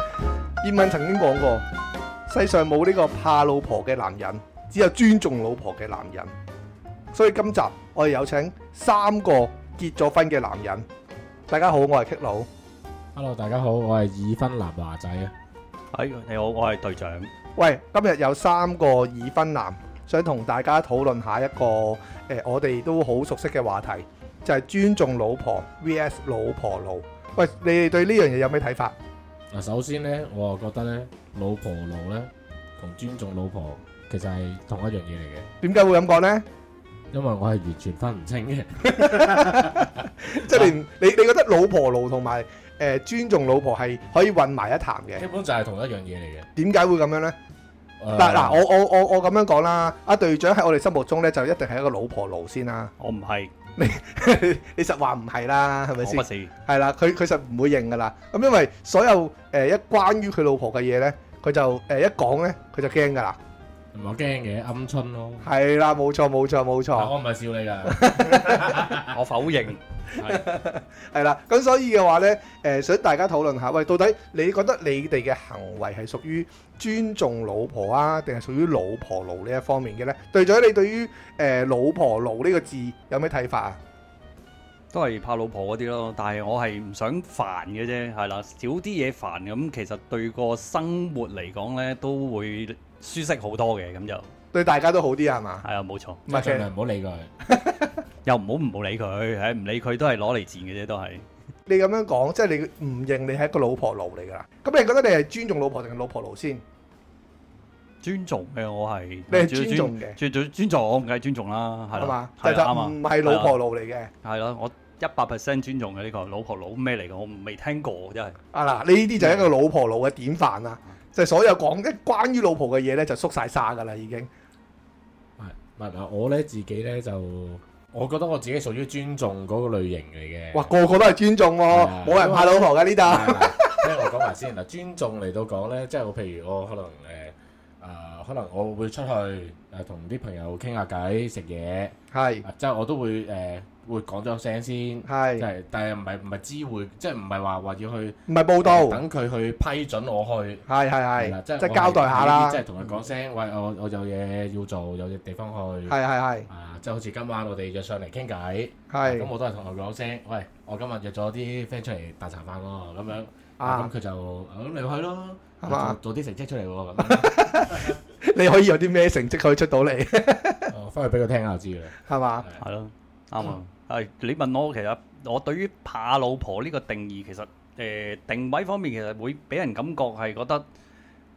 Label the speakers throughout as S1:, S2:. S1: 葉問曾經講過：世上冇呢個怕老婆嘅男人，只有尊重老婆嘅男人。所以今集我哋有請三個結咗婚嘅男人。大家好，我係 K 佬。
S2: Hello，大家好，我係已婚男華仔啊。
S3: 哎，你好，我係隊長。
S1: 喂，今日有三個已婚男，想同大家討論下一個誒、呃我哋都好熟悉嘅話題，就係、尊重老婆 VS 老婆奴。喂，你哋對呢樣嘢有咩睇法？
S2: 嗱，首先呢，我啊覺得呢，老婆奴呢，同尊重老婆其實係同一樣嘢嚟嘅，
S1: 點解會咁講呢？
S2: 因為我係完全分唔清嘅。
S1: 即係你唔你你覺得老婆奴同埋誒尊重老婆係可以混埋一談嘅
S2: 基？本就係同一樣嘢嚟嘅。
S1: 點解會咁樣呢？
S2: 誒
S1: 嗱嗱，，我我我我咁樣講啦，阿隊長喺我哋心目中呢，就一定係一個老婆奴先啦。
S3: 我唔係，
S1: 你實話唔係啦，係
S3: 我
S1: 咪先
S3: 不？是。
S1: 係啦，佢佢實唔會認噶啦。咁因為所有誒、呃一關於佢老婆嘅嘢呢，佢就誒、呃一講呢，佢就驚噶啦。
S2: 唔係我驚嘅，鵪鶉咯。
S1: 係啦，冇錯冇錯冇
S2: 但
S1: 錯，
S2: 我唔係笑你㗎。
S3: 我否認。
S1: 係啦。咁所以嘅話呢，誒、想大家討論下，喂，到底你覺得你哋嘅行為係屬於尊重老婆啊，定係屬於老婆奴呢一方面嘅呢？隊長，你對於誒、呃老婆奴呢個字有咩睇法啊？
S3: 都係怕老婆嗰啲咯，但係我係唔想煩嘅啫，係啦，少啲嘢煩咁，其實對個生活嚟講呢，都會舒適好多嘅，咁就
S1: 對大家都好啲係嘛？
S3: 係啊，冇錯，
S1: 唔
S2: 唔係，盡
S1: 係，
S2: 量唔好理佢。
S3: 又唔好唔好理佢，係唔理佢都係攞嚟賤嘅啫，都係
S1: 你咁樣講，即係你唔認你係一個老婆奴嚟㗎啦。咁你覺得你係尊重老婆定係老婆奴先？
S3: 尊重嘅，我係
S1: 你係尊重嘅，
S3: 尊尊尊重，我梗係尊重啦，係
S1: 係嘛嗯
S3: 啦？，
S1: 但
S3: 係
S1: 就
S3: 啦啱啊，
S1: 唔係老婆奴嚟嘅。
S3: 係啦，我一百 percent 尊重嘅呢個老婆佬咩嚟嘅，我未聽過真係。
S1: 啊嗱，呢啲就係一個老婆奴嘅典範啦。就係所有講一關於老婆嘅嘢咧，就縮晒沙㗎啦，已經。
S2: 係唔係嗱，我呢自己呢，就，我覺得我自己屬於尊重嗰個類型嚟嘅。
S1: 哇，個個都係尊重喎
S2: 係啊，
S1: 冇人怕老婆㗎呢度。
S2: 係啦即係我講埋先嗱，尊重嚟到講咧，即係我譬如我可能誒誒、呃可能我會出去誒同啲朋友傾下偈食嘢，
S1: 係
S2: 啊即係我都會誒、呃、會講咗聲先，即
S1: 係，
S2: 係但係唔係唔係知會，即係唔係話話要去
S1: 唔係報道，
S2: 等佢去批准我去。
S1: 係
S2: 係
S1: 係
S2: 啦
S1: 係，即
S2: 我
S1: 係交代下啦。嗯
S2: 即係同佢講聲，喂，我我有嘢要做，有嘢地方去，
S1: 係係
S2: 啊，即係好似今晚我哋約上嚟傾偈，啊
S1: 係
S2: 咁
S1: 係
S2: 我都係同佢講聲，喂，我今日約咗啲 friend 出嚟大茶飯喎，咁樣。咁
S1: 啊，
S2: 佢就啊咁你去咯，
S1: 係嘛
S2: 做做啲成績出嚟喎咁樣，
S1: 你可以有啲咩成績可以出到嚟
S2: 我哦翻去俾佢聽下就知嘅。
S1: 係嘛？
S3: 係咯，啱啊。係你問我，其實我對於怕老婆呢個定義，其實誒、呃定位方面，其實會俾人感覺係覺得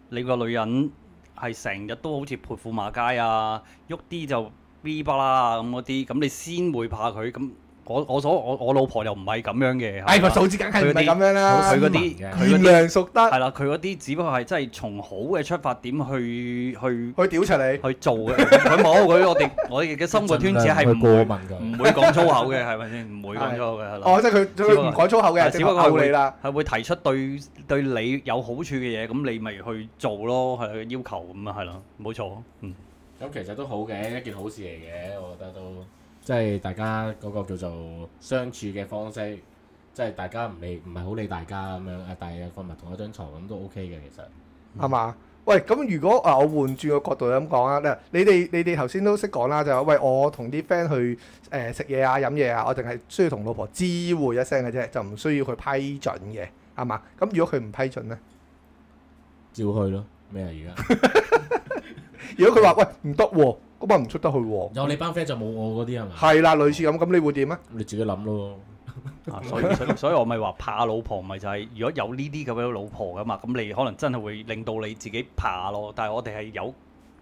S3: 你個女人係成日都好似潑婦罵街啊，喐啲就 B 巴啦咁嗰啲，咁你先會怕佢。咁我我所我我老婆又唔係咁樣嘅。
S1: 哎，
S3: 係嘛
S1: 個嫂子梗係唔係咁樣啦
S2: 好
S3: 佢，嗰
S2: 斯文
S3: 啲
S2: 嘅
S3: 佢
S1: 賢
S3: 嗰啲
S1: 良淑德，
S3: 係啦，佢嗰啲只不過係真係從好嘅出發點去去
S1: 去屌柒你。
S3: 去做嘅。佢冇佢我哋我哋嘅生活圈子係唔會嗯
S2: 過問佢，
S3: 唔會講粗口嘅，係咪先？唔會講粗口嘅，係啦。
S1: 哦，即係佢佢唔講粗口嘅，
S3: 係
S1: 直
S3: 只
S1: 接
S3: 不過係
S1: 鬧
S3: 會
S1: 你啦。
S3: 係會提出對對你有好處嘅嘢，咁你咪去做咯，係要求咁啊，係咯，冇錯。嗯，
S2: 咁其實都好嘅，一件好事嚟嘅，我覺得都即係大家嗰個叫做相處嘅方式，即係大家唔理唔係好理大家咁樣啊，但係瞓埋同一張床咁都 OK 嘅其實。
S1: 係嘛？喂，咁如果啊，我換轉個角度咁講啊，嗱，你哋你哋頭先都識講啦，就係喂，我同啲 friend 去誒食嘢啊、飲嘢啊，我淨係需要同老婆知會一聲嘅啫，就唔需要佢批准嘅，係嘛？咁如果佢唔批准咧，
S2: 照去咯，咩啊而 家？
S1: 如果佢話喂唔得喎，咁啊唔出得去喎，
S2: 有你班 friend 就冇我嗰啲係嘛？
S1: 係啦，類似咁，咁你會點啊？
S2: 你自己諗咯。
S3: 啊，所以所以所以我咪話怕老婆，咪就係如果有呢啲咁樣老婆噶嘛，咁你可能真係會令到你自己怕咯。但係我哋係有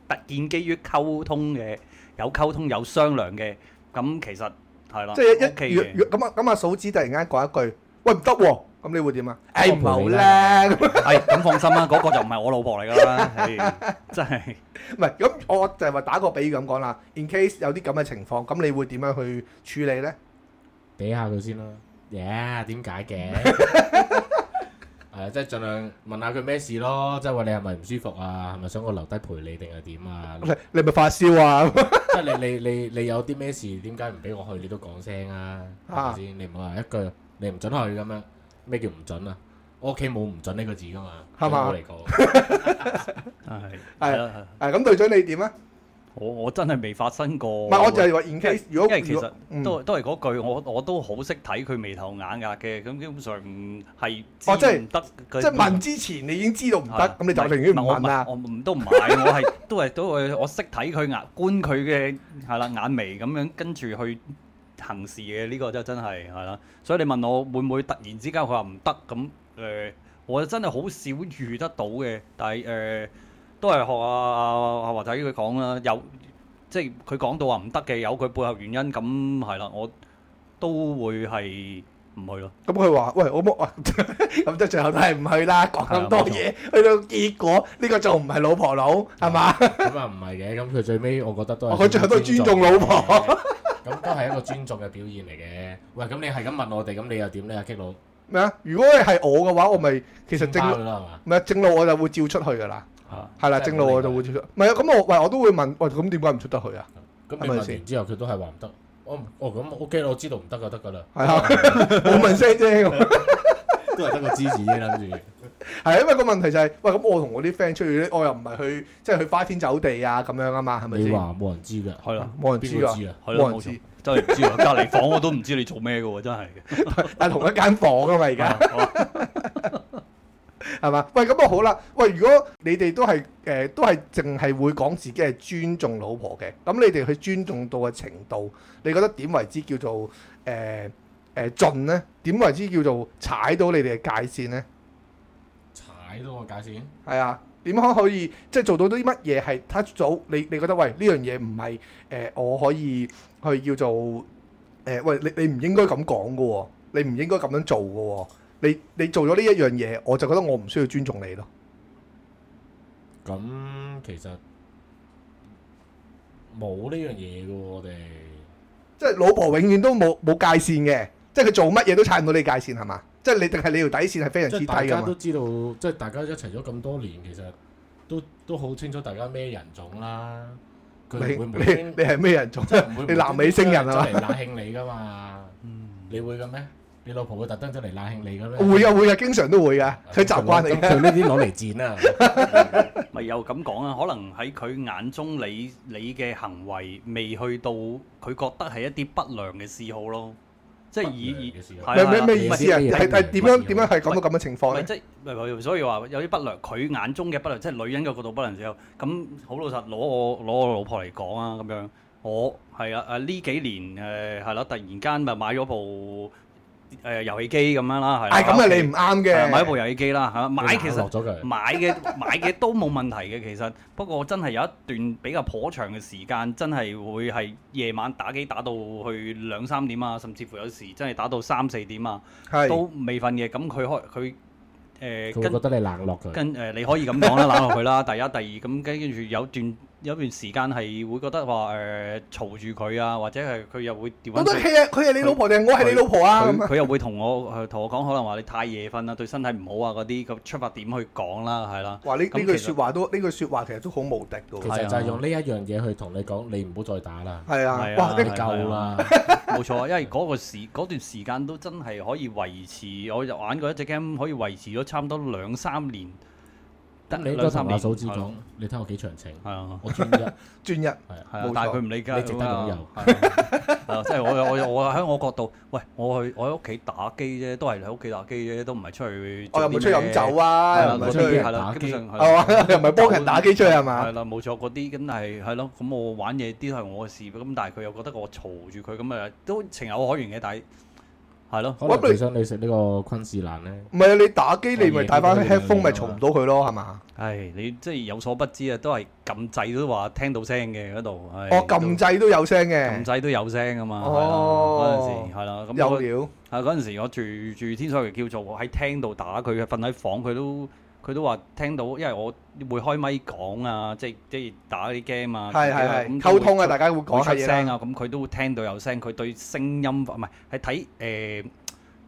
S3: 突然基於溝通嘅，有溝通有商量嘅，咁其實係啦，
S1: 即係
S3: OK
S1: 一若
S3: 嘅
S1: 若咁啊咁啊，嫂子突然間講一句喂唔得喎，咁你會點啊？誒唔好
S2: 我陪你
S1: 啦
S2: 啦。
S3: 係咁放心啦，嗰個就唔係我老婆嚟㗎啦， 係真係。
S1: 唔係，咁我就係話打個比喻咁講啦。In case 有啲咁嘅情況，咁你會點樣去處理呢？
S2: 俾下佢先啦。耶，點解嘅？係即係盡量問下佢咩事咯，即係話你係咪唔舒服啊？係咪想我留低陪你定係點啊？
S1: 你 你咪發燒啊？
S2: 即係你你你你有啲咩事，點解唔俾我去？你都講聲啊，係
S1: 啊
S2: 咪先？你唔好話一句你唔准去咁樣，咩叫唔准啊？我屋企冇唔準呢個字噶嘛，
S1: 係嘛
S2: 對我嚟講，
S3: 係
S1: 係
S3: 係啦，
S1: 係咁，隊長你 點啊？
S3: 我我真係未發生過。
S1: 唔
S3: 唔
S1: 係，我就係話 in
S3: 啊因為
S1: case 如果嗯
S3: 因為其實
S1: 如果
S3: 都都係嗰句，我我都好識睇佢眉頭眼額嘅，咁基本上係
S1: 哦即係
S3: 知唔得
S1: 嗯
S3: 嘅。
S1: 即係問之前你已經知道唔
S3: 係
S1: 得，咁你就寧願唔
S3: 係我
S1: 問啊啦。
S3: 我唔都唔係，我係 都係都係我識睇佢眼觀佢嘅係啦眼眉咁樣，跟住去行事嘅呢個就真係係啦。所以你問我會唔會突然之間佢話唔得咁誒？我真係好少遇得到嘅，但係誒、呃都係學阿阿阿華仔佢講啦，有即係佢講到話唔得嘅，有佢背後原因咁係啦，我都會係唔去咯。
S1: 咁佢話：喂，我冇， 啊咁即係最後都係唔去啦，講咁多嘢，去到結果呢個仲唔係老婆佬係嘛？
S2: 咁啊唔係嘅，咁佢最尾我覺得都係
S1: 哦佢最後都係尊重老婆，
S2: 咁都係一個尊重嘅表現嚟嘅。喂，咁你係咁問我哋，咁你又點咧？阿激佬，
S1: 咩啊？如果你係我嘅話，我咪其實
S2: 正
S1: 正
S2: 啦
S1: 路
S2: 係嘛？
S1: 唔係正路，我就會照出去噶啦。
S3: 啊
S1: 係啦，
S2: 即係
S1: 正路
S2: 冇
S1: 我
S2: 理
S1: 就
S2: 佢
S1: 會照出。唔係啊，咁我喂我都會問，喂咁點解唔出得去 啊？係
S2: 咁
S1: 咪
S2: 你問
S1: 先
S2: 完之後，佢都係話唔得。我唔哦咁 OK 啦，我知道唔得就得噶啦，
S1: 係啊， 冇問聲啫咁。
S2: 都係得個支持啫，諗住。
S1: 係因為個問題就係、喂咁我同我啲 friend 出去咧，我又唔係去即係去花天酒地啊咁樣啊嘛，係咪
S2: 你
S1: 先？
S2: 話冇人知㗎，
S3: 係啦，
S1: 冇人知
S2: 邊個
S1: 㗎，
S2: 知啊？
S3: 係
S1: 冇
S3: 咯，
S1: 人
S3: 冇
S1: 知
S3: 錯，真係唔知喎。啊隔離房我都唔知你做咩嘅喎，真係。
S1: 但係同一間房啊嘛而家係嘛？喂咁啊好啦，喂如果你哋都係誒、呃都係淨係會講自己係尊重老婆嘅，咁你哋去尊重到嘅程度，你覺得點為之叫做誒誒盡咧？點為之叫做踩到你哋嘅界線咧？
S2: 踩到我界線，
S1: 係啊，點樣可以即係做到啲乜嘢係 touch 到你？你覺得喂呢樣嘢唔係誒我可以去叫做誒、呃喂你你唔應該咁講嘅喎，你唔應該咁樣做嘅喎、你你做咗呢一樣嘢，我就覺得我唔需要尊重你咯。
S2: 咁其實冇呢樣嘢㗎喎，我哋
S1: 即係老婆永遠都冇冇界線嘅，即係佢做乜嘢都踩唔到你界線係嘛？即係你定係你條底線係非常之
S2: 即係
S1: 低
S2: 大
S1: 㗎
S2: 家都
S1: 嘛？
S2: 知道，即係大家一齊咗咁多年，其實都都好清楚大家咩人種啦。佢
S1: 你
S2: 唔會無
S1: 你
S2: 端
S1: 你係咩人做？
S2: 即係唔會
S1: 你南美星人啊嘛
S2: 走嚟拉興你㗎嘛？
S3: 嗯
S2: 你會嘅咩？你老婆會特登走嚟拉興你嘅咩？
S1: 會啊會啊，經常都會㗎，佢習慣嚟
S2: 咁
S1: 嘅。
S2: 佢呢啲攞嚟賤啊！
S3: 咪又咁講啊？可能喺佢眼中你，你嘅行為未去到佢覺得係一啲不良嘅嗜好咯，即係
S2: 嗯
S3: 以以
S2: 不
S3: 係
S1: 咩咩
S3: 啊
S1: 咩意
S3: 係啊
S1: 思啊？
S2: 咩
S1: 係係點樣點樣係咁嘅
S3: 喂
S1: 咁嘅情況
S3: 咪
S1: 咧？
S3: 即係咪所以話有啲不良，佢眼中嘅不良，即係女人嘅角度不良之後，咁好老實攞我攞我老婆嚟講啊，咁樣我係啊誒呢幾年誒係啦，突然間咪買咗部誒、遊戲機咁樣啦，係啦
S1: 係咁啊，你唔啱
S3: 係啊買咗
S1: 嘅。
S3: 部遊戲機啦，係啦買其實
S2: 落。咗佢，
S3: 買嘅 買嘅都冇問題嘅，其實不過真係有一段比較頗長嘅時間，真係會係夜晚打機打到去兩三點啊，甚至乎有時真係打到三四點啊，
S1: 係
S3: 都未瞓嘅。咁佢開佢誒
S2: 佢會
S3: 跟
S2: 覺得你冷落佢。
S3: 跟誒、你可以咁講啦，攬落佢啦。第 一、第二咁跟跟住有段有段時間係會覺得話誒嘈住佢啊，或者係佢又會調
S1: 我
S3: 翻
S1: 都。係啊，佢係你老婆定係我係你老婆啊？
S3: 佢
S1: 咁啊，
S3: 佢又會同我誒同我講，可能話你太夜瞓啦，對身體唔好啊嗰啲，咁出發點去講啦，係啦。
S1: 哇！呢呢
S3: 咁
S1: 句
S3: 其實
S1: 説話都呢句説話其實都好無敵噶
S2: 其
S1: 喎。
S2: 實
S3: 啊
S2: 就係用呢一樣嘢去同你講，你唔好再打啦，
S1: 係啊
S3: 係，啊
S1: 哇！
S2: 你
S1: 呢
S3: 係
S2: 夠啦。
S3: 冇錯，因為嗰個時嗰段時間都真係可以維持，我就玩過一隻 game 可以維持咗差唔多兩三年，
S2: 咁你都
S3: 兩三
S2: 同阿
S3: 年
S2: 嫂子
S3: 係
S2: 講
S3: 咯，
S2: 你睇我幾長 情，
S3: 係啊。
S2: 我專一係
S1: 專一
S2: 啊
S3: 係啊
S1: 冇錯，
S3: 但係佢唔理解㗎，
S2: 你值得擁有
S3: 係啊，即 係我我我喺我角度，喂，我去我喺屋企打機啫，都係喺屋企打機啫，都唔係出去
S1: 我又
S2: 哦
S3: 做啲
S1: 唔會
S3: 咩。
S1: 出去飲酒啊，又唔係
S2: 冇
S1: 出
S2: 出去
S1: 去
S2: 飲
S3: 係啦，
S2: 打
S3: 基
S2: 機
S3: 本上係啦
S1: 係嘛，又唔係幫人打機出去係嘛
S3: 係？啦，冇錯嗰啲咁係係咯，咁我玩嘢啲都係我嘅事，咁但係佢又覺得我嘈住佢，咁啊都情有可原嘅，但係係咯，
S2: 可能佢想你食呢個昆士蘭咧，
S1: 唔係啊，你打機你咪戴翻
S2: 我以為
S1: headphone 咪
S2: 你
S1: 嘈唔到佢咯，係嘛？
S3: 唉，你即係有所不知啊，都係撳掣都話聽到聲嘅嗰度，唉
S1: 我哦撳掣都有聲
S3: 都撳
S1: 嘅，
S3: 掣都有聲噶嘛，係啦
S1: 哦
S3: 嗰陣時係啦，咁
S1: 有
S3: 我
S1: 料。
S3: 啊嗰陣時我住住天水圍叫做喺廳度打佢，瞓喺房佢都佢都話聽到，因為我會開咪講啊，即係即係打啲 game 啊，
S1: 係係係，
S3: 咁
S1: 溝通啊，
S3: 都會
S1: 大家會
S3: 講
S1: 講下
S3: 出
S1: 嘢
S3: 聲
S1: 啦。
S3: 啊，咁佢都會聽到有聲，佢對聲音唔係係睇誒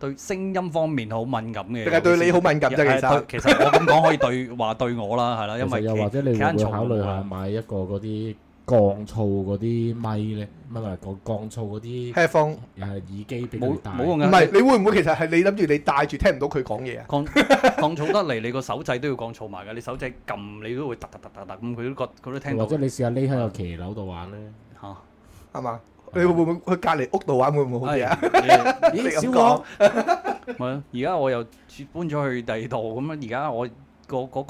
S3: 對聲音方面好敏感嘅，
S1: 定係對你好敏感啫，
S3: 有時
S1: 其實
S3: 係對其 實我咁講可以對話對我啦，係啦，
S2: 其
S3: 啊因
S2: 實
S3: 為
S2: 又或者你會
S3: 其他
S2: 唔
S3: 人
S2: 會
S3: 嘈
S2: 考慮下
S3: 啊
S2: 買一個嗰啲降噪嗰啲咪咧，唔係唔係降降噪嗰啲
S1: headphone，唔
S2: 又係耳機比較
S3: 冇
S2: 大。
S3: 冇用啊嘅，
S1: 係你會唔會其實係你諗住你戴住聽唔到佢講嘢啊？
S3: 降降噪得嚟，你個手掣都要降噪埋㗎。你手掣撳你都會突突突突突咁，佢都覺佢都
S2: 或
S3: 聽到
S2: 者你試下匿喺個騎樓度玩咧。
S3: 嚇。
S1: 係嘛？你會唔會去隔離屋度玩會唔會
S3: 哎
S1: 好啲 啊？
S3: 係
S1: 你
S2: 咦，
S1: 咁
S2: 小
S1: 講
S2: 王，
S3: 咪咯而家我又搬咗去第二度，咁樣而家我個嗰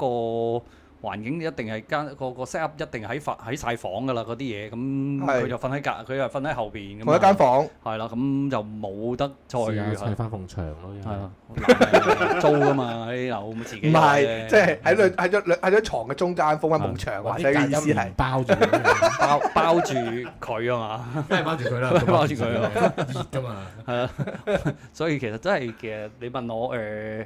S3: 個環境一定係間個個 set up 一定喺發喺曬房㗎啦，嗰啲嘢咁
S1: 係
S3: 佢就瞓喺隔，佢又瞓喺後邊咁。
S1: 同一間房，
S3: 係啦，咁就冇得再
S2: 試下砌
S3: 係
S2: 翻埲牆咯。因為
S3: 係啊，難租㗎嘛啲樓咁自
S1: 唔
S3: 己
S1: 係即係喺兩喺張兩喺張床嘅中間封一埲牆，或
S2: 或
S1: 者
S2: 者
S1: 嘅意
S2: 隔
S1: 思
S2: 音
S1: 係
S2: 棉包住佢，
S3: 包包住佢啊嘛，
S2: 都係包住佢啦
S3: 都係包住佢
S2: 啦，熱噶嘛。
S3: 係啊，所以其實真係其實你問我誒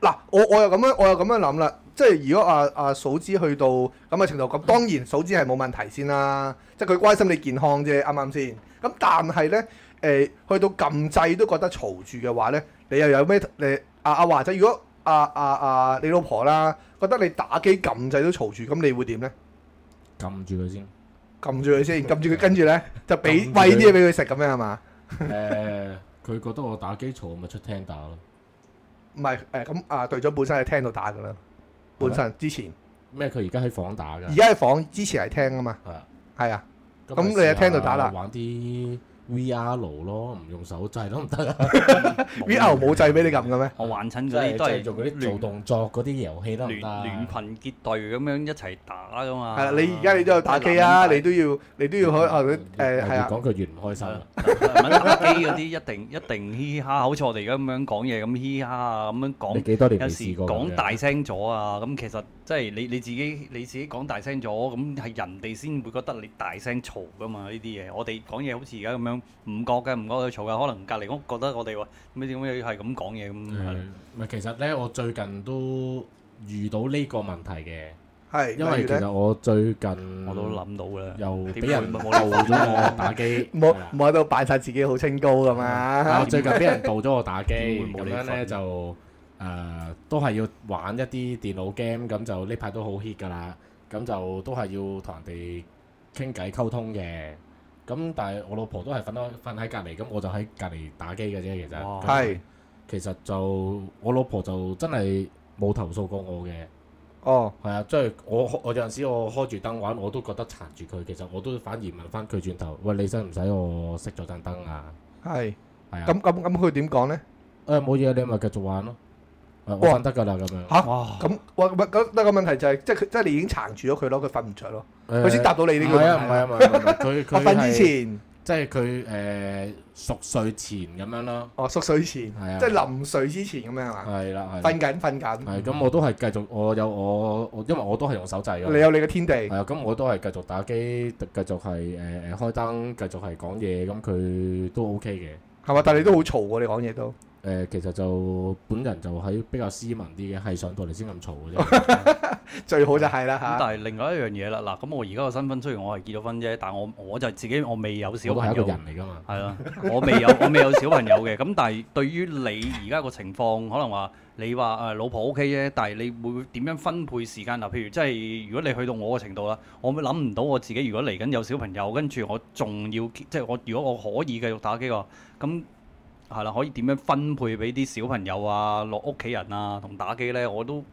S1: 嗱，我我又咁樣，我又咁樣諗啦，即係如果阿阿嫂子去到咁嘅程度，咁當然嫂子係冇問題先啦，即係佢關心你健康啫，啱唔啱先？咁但係呢，誒、呃去到撳掣都覺得嘈住嘅話呢，你又有咩？你阿阿華仔，如果阿阿阿你老婆啦，覺得你打機撳掣都嘈住，咁你會點呢？
S2: 撳住佢先。
S1: 撳住佢先，撳住佢，跟住呢，就俾
S2: 撳
S1: 餵
S2: 住佢
S1: 啲嘢俾佢食咁樣係嘛？
S2: 誒，佢覺得我打機嘈，咪出廳打咯。
S1: 唔係誒咁啊，隊長本身係聽到打㗎啦，本
S2: 啊
S1: 身之前
S2: 咩？佢而家喺房打㗎
S1: 而。家係房之前係聽啊嘛，
S2: 係啊
S1: 係啊。
S2: 咁
S1: 咁
S2: 咪
S1: 你
S2: 試
S1: 就聽到
S2: 下
S1: 打啦
S2: 玩啲 VR 咯，唔用手掣都唔得啊。
S1: VR 冇掣俾你撳嘅咩？
S3: 我玩親
S2: 即
S3: 嗰啲
S2: 係
S3: 都
S2: 即係
S3: 係
S2: 做嗰啲做
S3: 聯
S2: 動作嗰啲遊戲都唔
S3: 聯
S2: 得啊。
S3: 聯群結隊咁樣一齊打㗎嘛。
S1: 係啦，你而家你都有打機啊，你都要你都要去
S2: 嗯
S1: 啊佢誒係啊，
S2: 講佢越唔開心啊。
S3: 嗯係啦打機嗰啲一定 一定嘻嘻哈，好似我哋而家咁樣講嘢咁嘻嘻哈啊，咁樣
S2: 你
S3: 講。
S2: 幾多年
S3: 有
S2: 未
S3: 時
S2: 試過咁
S3: 講
S2: 樣
S3: 大聲咗啊，咁其實即係你你自己你自己講大聲咗，咁係人哋先會覺得你大聲嘈噶嘛呢啲嘢。我哋講嘢好似而家咁樣唔覺嘅，唔覺得嘈嘅，可能隔離屋覺得我哋話咩點解係咁講嘢
S2: 嗯
S3: 咁。係
S2: 誒唔係，其實咧，我最近都遇到呢個問題嘅，
S1: 係
S2: 因
S1: 例
S2: 為
S1: 如
S2: 其
S1: 咧
S2: 實我最近
S3: 我都諗到啦，
S2: 又
S3: 點
S2: 俾
S3: 會
S2: 人
S3: 冇
S2: 盜
S3: 冇得
S2: 咗我 打機，
S1: 冇
S2: 係啦啊
S1: 冇喺度扮晒自己好清高咁
S2: 啊我
S1: 嘛，
S2: 最近俾人盜咗我打機，
S3: 點會冇
S2: 咁
S3: 你
S2: 樣咧
S3: 份
S2: 就誒都係要玩一啲電腦 game，咁就呢排都好 hit 㗎啦，咁就都係要同人哋傾偈溝通嘅。咁但係我老婆都係瞓喺瞓喺隔離，咁我就喺隔離打機嘅啫，其實咁
S3: 哇
S1: 哦係
S2: 其實就我老婆就真係冇投訴過我嘅，
S1: 哦
S2: 係啊，即係我我有陣時我開住燈玩，我都覺得殘住佢。其實我都反而問翻佢轉頭，喂，你使唔使我熄咗盞燈啊？
S1: 係
S2: 係啊，
S1: 咁咁咁佢點講咧？
S2: 誒冇嘢，你咪繼續玩咯。誒我
S1: 哇
S2: 瞓得㗎啦咁樣。
S1: 嚇
S3: 哇！
S1: 咁喂喂咁得個問題就係即係佢即係你已經撐住咗佢咯，佢瞓唔着咯，佢先答到你呢個
S2: 係啊，唔係
S1: 問題。
S2: 啊，唔係啊唔係啊佢
S1: 我
S2: 佢
S1: 瞓之
S2: 係
S1: 前，
S2: 即係佢誒熟睡前咁樣咯。
S1: 哦熟睡前，
S2: 係啊
S1: 即係臨睡之前咁樣係啊嘛？
S2: 係啦係啦。
S1: 瞓緊瞓緊，嗯
S2: 係咁，我都係繼續，我有我我，因為我都係用手掣㗎。
S1: 你有你嘅天地，
S2: 係啊，咁我都係繼續打機，繼續係誒誒開燈，繼續係講嘢，咁佢都 OK 嘅。誒、
S1: 係嘛？但係你都好嘈喎，你講嘢都。
S2: 其實就本人就喺比較斯文啲嘅，係上到嚟先咁嘈嘅啫。
S1: 最好就係啦
S3: 咁
S1: 嚇，
S3: 但係另外一樣嘢啦，嗱，咁我而家個身份雖然我係結咗婚啫，但我我就自己我未有 小
S2: 我都
S3: 朋
S2: 係一
S3: 友
S2: 個。人嚟㗎嘛。
S3: 係啦，我未有 我未有小朋友嘅，咁但係對於你而家個情況，可能話你話誒、呃老婆 O K 啫，但係你會點樣分配時間嗱？譬如即係如果你去到我嘅程度啦，我諗唔到我自己如果嚟緊有小朋友，跟住我仲要即係我如果我可以繼續打機喎，咁係啦，可以點樣分配俾啲小朋友啊、落屋企人啊同打機呢？我都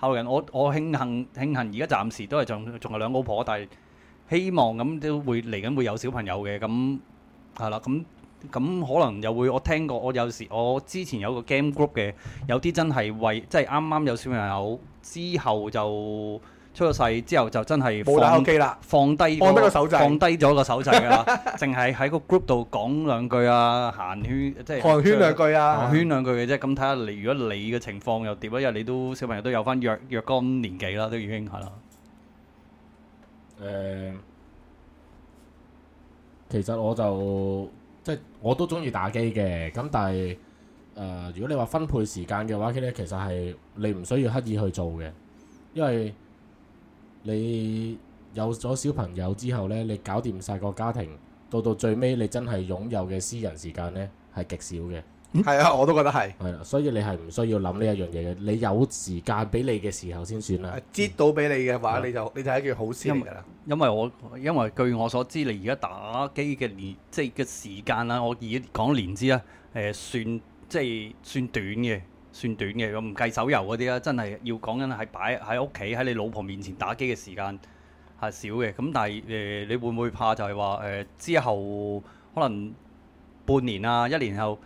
S3: 考慮緊，我我慶幸慶幸而家暫時都係仲仲係兩老婆，但係希望咁都會嚟緊會有小朋友嘅咁。係啦，咁咁可能又會我聽過，我有時我之前有個 game group 嘅，有啲真係為即係啱啱有小朋友之後就出咗世之後就真係
S1: 冇打
S3: 放
S1: 口機啦。
S3: 放低
S1: 放低個手掣
S3: 放低咗個手掣㗎啦，淨係喺個 group 度講兩句啊，行圈即係
S1: 寒暄兩句啊，
S3: 寒暄兩句嘅啫。咁睇下你如果你嘅情況又點啊？因為你都小朋友都有翻若若干年紀啦，都已經係啦。
S2: 誒、其實我就即係我都中意打機嘅，咁但係誒、如果你話分配時間嘅話，咧其實係你唔需要刻意去做嘅，因為你有咗小朋友之後咧，你搞掂晒個家庭，到到最尾你真係擁有嘅私人時間咧係極少嘅。
S1: 係啊，我都覺得係，
S2: 係啦，所以你係唔需要諗呢一樣嘢嘅，你有時間俾你嘅時候先算啦。
S1: 擠到俾你嘅
S2: 嗯
S1: 話，你就你就係一件好事嚟㗎啦。
S3: 因為我因為據我所知，你而家打機嘅年即係嘅時間啦，我以講年資啦，誒、算即係算短嘅，算短嘅，咁唔計手遊嗰啲啦，真係要講緊係擺喺屋企喺你老婆面前打機嘅時間係少嘅。咁但係誒、你會唔會怕就係話誒之後可能半年啊一年後，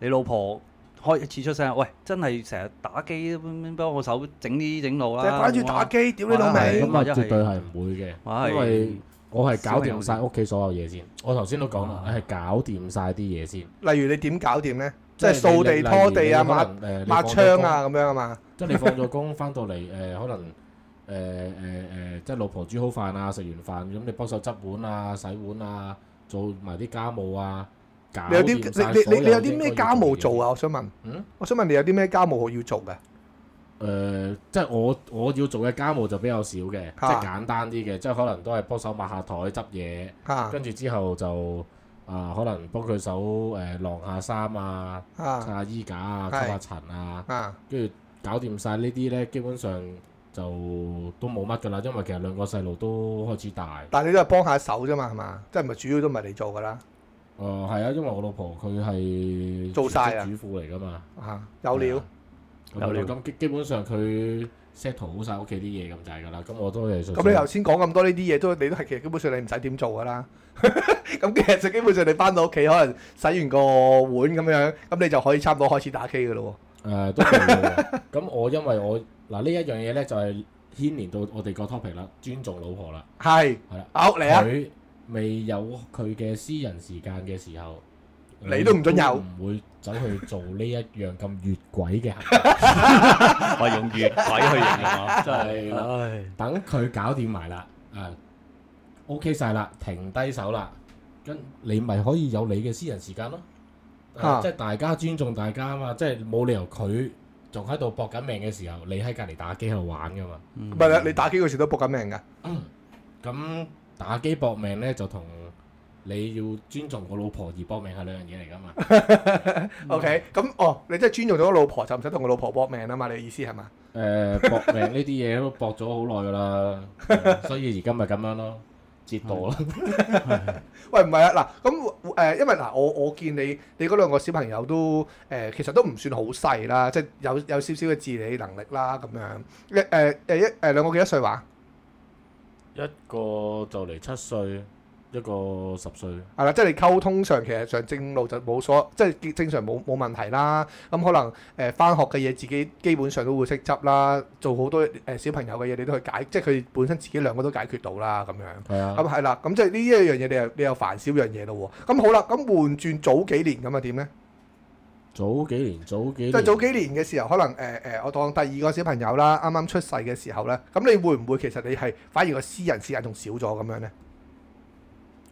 S3: 你老婆開始出聲，喂，真係成日打機，幫我手整啲整
S1: 就
S3: 路啦，啊
S1: 係掛住打機，屌你老
S3: 係
S2: 係
S1: 味
S2: 咁！啊，
S3: 或者係
S2: 絕對係唔會嘅，
S3: 係
S2: 因為我係搞掂
S3: 小啊
S2: 晒屋企所有嘢先。我頭先都講啦，係搞掂晒啲嘢先，
S1: 例如你點搞掂咧？即係
S2: 係
S1: 掃
S2: 你
S1: 地、
S2: 例如
S1: 拖地啊、
S2: 你可
S1: 抹
S2: 能誒
S1: 抹窗，啊咁樣啊嘛。
S2: 你放咗工即係你放咗工翻到嚟誒，可能誒誒誒，即係老婆煮好飯啊，食完飯咁你幫手執碗啊、洗碗啊，做埋啲家務啊。
S1: 你有啲你你你你有啲咩家務做
S2: 啊？
S1: 啊？我想問，
S2: 嗯
S1: 我想問你有啲咩家務要做嘅？
S2: 誒、呃即係我我要做嘅家務就比較少嘅，即係簡單啲嘅，即係可能都係幫手抹下台、執嘢。
S1: 嚇
S2: 跟住之後就啊，可能幫佢手誒晾下衫啊，擦
S1: 嚇
S2: 下衣架啊，
S1: 係
S2: 吸下塵啊，
S1: 嚇
S2: 跟住搞掂晒呢啲呢，基本上就都冇乜噶啦，因為其實兩個細路都開始大。
S1: 但係你都係幫下手啫嘛，係嘛？即係唔係主要都唔係你做㗎啦？
S2: 誒係啊，因為我老婆佢係
S1: 做晒啊
S2: 全職主婦嚟噶嘛，
S1: 嚇有料
S2: 係啊。咁
S3: 有料
S2: 咁基基本上佢 set 好晒屋企啲嘢咁就係噶啦，咁我都係純粹
S1: 咁你頭先講咁多呢啲嘢都，你都係其實基本上你唔使點做㗎啦。 咁其實基本上你翻到屋企，可能洗完個碗咁樣，咁你就可以差唔多開始打機㗎咯
S2: 誒、都冇嘅。咁我因為我嗱呢一樣嘢呢，就係、牽連到我哋個 topic 啦，尊重老婆啦。
S1: 喎。係，
S2: 係啦
S1: 拗你啊！
S2: 佢未有佢嘅私人時間嘅時候，
S1: 你都唔准有
S2: 唔會走去做呢一樣咁越軌嘅行為。
S3: 我用越軌去形容啊， 真
S2: 係啦
S3: 係。
S2: 等佢搞掂埋啦，啊，OK 晒啦，停低手啦，跟你咪可以有你嘅私人時間咯。啊
S1: 啊
S2: 即係大家尊重大家啊嘛，即係冇理由佢仲喺度搏緊命嘅時候，你喺隔離打機喺度玩噶嘛。
S1: 唔係啦，啊你打機嗰時都搏緊命㗎。
S2: 咁打機搏命呢，就同你要尊重個老婆而搏命係兩樣嘢嚟噶嘛。
S1: OK，咁哦，你真係尊重咗個老婆，就唔使同個老婆搏命啊嘛？你嘅意思係嘛？
S2: 誒、搏命呢啲嘢都搏咗好耐噶啦， 係所以而家咪咁樣咯，折墮啦。
S1: 喂，唔係啊，嗱，咁誒、呃因為嗱，我我見你你嗰兩個小朋友都誒、呃其實都唔算好細啦，即係有有少少嘅自理能力啦，咁樣一誒誒一誒兩個幾多歲話？
S2: 一個就嚟七歲，一個十歲。
S1: 係啦，即係你溝通上其實上正路就冇所，即係正常冇冇問題啦。咁可能誒呃翻學嘅嘢自己基本上都會識執啦，做好多誒、呃小朋友嘅嘢你都去解，即係佢本身自己兩個都解決到啦，咁樣。
S2: 係啊，
S1: 咁係啦，咁即係呢一樣嘢，你又你又煩少樣嘢咯喎。咁好啦，咁換轉早幾年咁啊點咧？
S2: 早幾年，早幾
S1: 即
S2: 年，
S1: 係早幾年嘅時候，可能誒誒、呃呃我當第二個小朋友啦，啱啱出世嘅時候咧，咁你會唔會其實你係反而個私人時間仲少咗咁樣咧？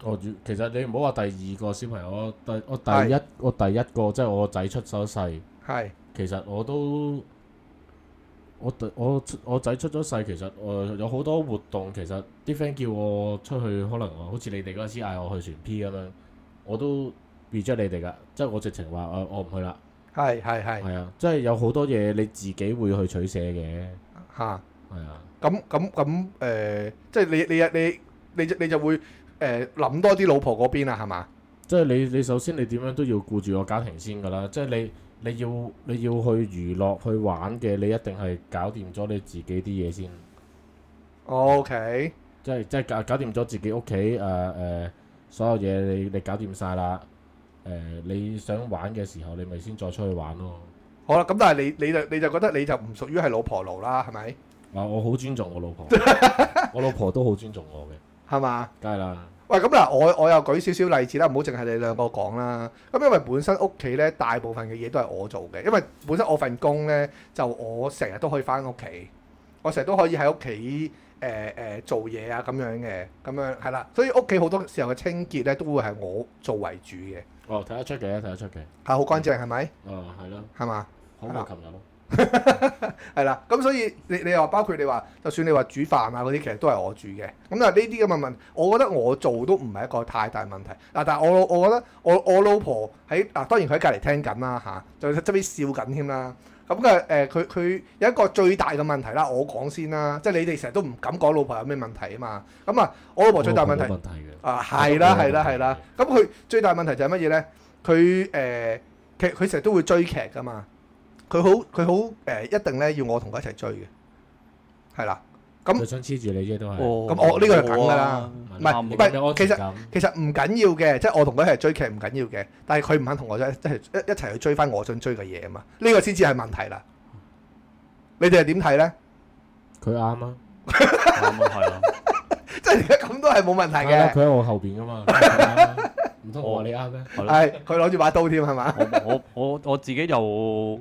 S2: 我主其實你唔好話第二個小朋友，我第我
S1: 係
S2: 第一我第一個即係我仔出咗世，
S1: 係
S2: 其實我都我第我出我仔出咗世，其實我有好多活動，其實啲 friend 叫我出去，可能我好似你哋嗰陣時嗌我去船 P 咁樣，我都 reject 你哋噶，即係我直情話誒我唔去啦，
S1: 係係係
S2: 係啊，即係有好多嘢你自己會去取捨嘅，
S1: 嚇。
S2: 係啊，
S1: 咁咁咁誒，即係你你你你就你就會誒呃諗、多啲老婆嗰邊啦，啊係嘛？
S2: 即係你你首先你點樣都要顧住個家庭先噶啦，即係你你要你要去娛樂去玩嘅，你一定係搞掂咗你自己啲嘢先。
S1: OK，
S2: 即係即係啊搞搞掂咗自己屋企誒誒所有嘢，你你搞掂晒啦。誒、你想玩嘅時候，你咪先再出去玩咯。
S1: 好啦，咁但係你你就你就覺得你就唔屬於係老婆奴啦，係咪？
S2: 嗱，啊我好尊重我 老婆，我老婆都好尊重我嘅，
S1: 係嘛？
S2: 梗係啦。
S1: 喂，咁嗱，我我又舉少少例子啦，唔好淨係你兩個講啦。咁因為本身屋企咧，大部分嘅嘢都係我做嘅，因為本身我份工咧，就我成日都可以翻屋企，我成日都可以喺屋企誒誒做嘢啊咁樣嘅，咁樣係啦。所以屋企好多時候嘅清潔咧，都會係我做為主嘅，
S2: 哦，睇得出嘅，睇得出嘅。
S1: 係好乾淨係咪？
S2: 哦，係咯，
S1: 係嘛？啊
S2: 好過琴日咯。
S1: 係啦，咁所以你你話包括你話，就算你話煮飯啊嗰啲，其實都係我煮嘅。咁但係呢啲咁嘅問，我覺得我做都唔係一個太大問題。嗱，但係我我覺得我我老婆喺嗱，當然佢喺隔離聽緊啦嚇，就側邊笑緊添啦。咁嘅誒，佢佢有一個最大嘅問題啦，我講先啦，即係你哋成日都唔敢講老婆有咩問題啊嘛。咁啊，我老婆最大問題。
S2: 冇問題嘅。
S1: 啊，係啦，係啦，係啦。咁佢最大問題就係乜嘢咧？佢誒、呃其實佢成日都會追劇噶嘛。佢好佢好誒，一定咧要我同佢一齊追嘅，係啦。咁
S2: 佢想黐住你啫，都係。
S3: 哦
S1: 咁我呢個係梗㗎啦
S2: 唔
S1: 唔係唔係其實其實唔緊要嘅，即係我同佢一齊追劇唔緊要嘅，但係佢唔肯同我一一齊一一齊去追翻我想追嘅嘢啊嘛。呢、個先至係問題啦。你哋係點睇咧？
S2: 佢啱啊，
S3: 啱啊，係啊，
S1: 即係而家咁都係冇問題
S2: 啱
S1: 嘅。
S2: 啊佢喺我後邊 噶嘛，佢啱啊唔通我話你啱咩？
S3: 係咯
S1: 係佢攞住把刀添係嘛？
S3: 我我我我自己就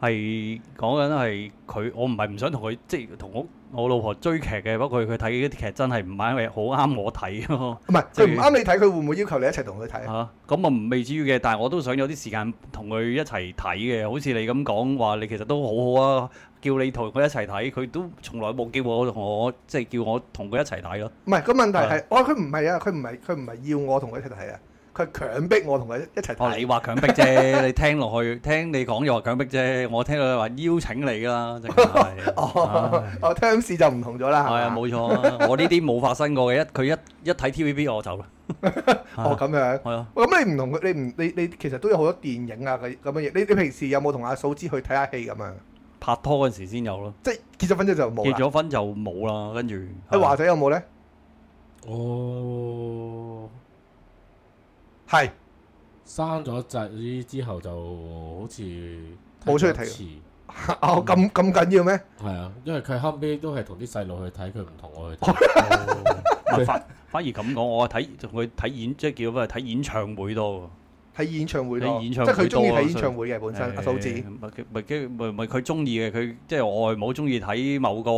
S3: 係講緊係佢，我唔係唔想同佢即係同我我老婆追劇嘅，不過佢睇嗰啲劇真係唔係好啱我睇咯
S1: 唔係佢唔啱你睇，佢會唔會要求你一齊同佢睇啊？
S3: 嚇。咁啊未至於嘅，但係我都想有啲時間同佢一齊睇嘅。好似你咁講話，你其實都好好啊，叫你同佢一齊睇，佢都從來冇叫我同我即係叫我同佢一齊睇咯。
S1: 唔係個問題係
S3: 係，
S1: 我佢唔係啊，佢唔係佢唔係要我同佢一齊睇啊，佢係強迫我同佢一齊
S3: 哦，
S1: 睇。
S3: 你話強 迫啫，你聽落去聽你講又話強迫啫，我聽到你話邀請你 㗎啦，真係。
S1: 哦，哦，terms 就唔同咗啦，
S3: 啊係啊，
S1: 嘛
S3: 冇錯啊！我呢啲冇發生過嘅，一佢一一睇 TVB 我 走啦。
S1: 哦咁樣。
S3: 係啊，
S1: 喂咁你唔同佢，你唔你你其實都有好多電影啊佢咁嘅嘢。你你平時有冇同阿嫂子去睇下戲咁樣？
S3: 拍拖嗰陣時先有咯，
S1: 即係結咗婚之後就冇
S3: 結
S1: 啦。
S3: 咗啊婚就冇啦，跟住
S1: 喺華仔有冇咧？
S2: 哦，
S1: 係
S2: 生咗仔之後就好似
S1: 冇出去睇
S2: 一次
S1: 哦
S3: 嗯
S1: 咁咁緊要咩？
S2: 係啊，因為佢後尾都係同啲細路去睇，佢唔同我去
S3: 哦
S2: 睇。
S3: 唔係反反而咁講，我係睇同佢睇演即係叫咩睇演唱會多
S1: 睇演唱會
S3: 睇
S1: 咯，
S3: 演
S1: 即
S3: 唱
S1: 係
S3: 會
S1: 佢中意
S3: 多啊
S1: 睇演唱會嘅本身。阿嫂子
S3: 誒咪咪跟咪咪佢中意嘅，佢即係我外母中意睇某個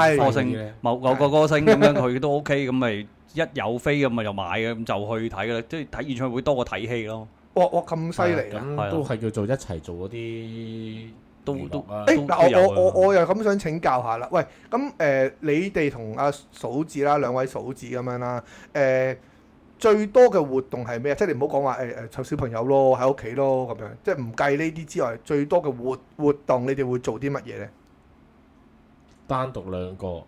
S1: 係
S3: 歌星，某某個歌星咁樣，佢都 OK 咁咪一有飛咁咪就買嘅，咁就去睇㗎啦。即係睇演唱會多過睇戲咯，
S1: 哇哇咁犀利啊！
S3: 係啊
S2: 咁都係叫做一齊做嗰啲
S3: 都
S2: 娛樂啊嗯
S1: 誒
S3: 都
S1: 嗱、
S3: 都有
S1: 我我我
S3: 啊
S1: 我又咁想請教下啦，喂，咁誒、呃你哋同阿嫂子啦，兩位嫂子咁樣啦，誒、最多嘅活動係咩？即係你唔好講話誒誒湊小朋友咯，喺屋企咯咁樣，即係唔計呢啲之外，最多嘅活活動你哋會做啲乜嘢咧？
S2: 單獨兩個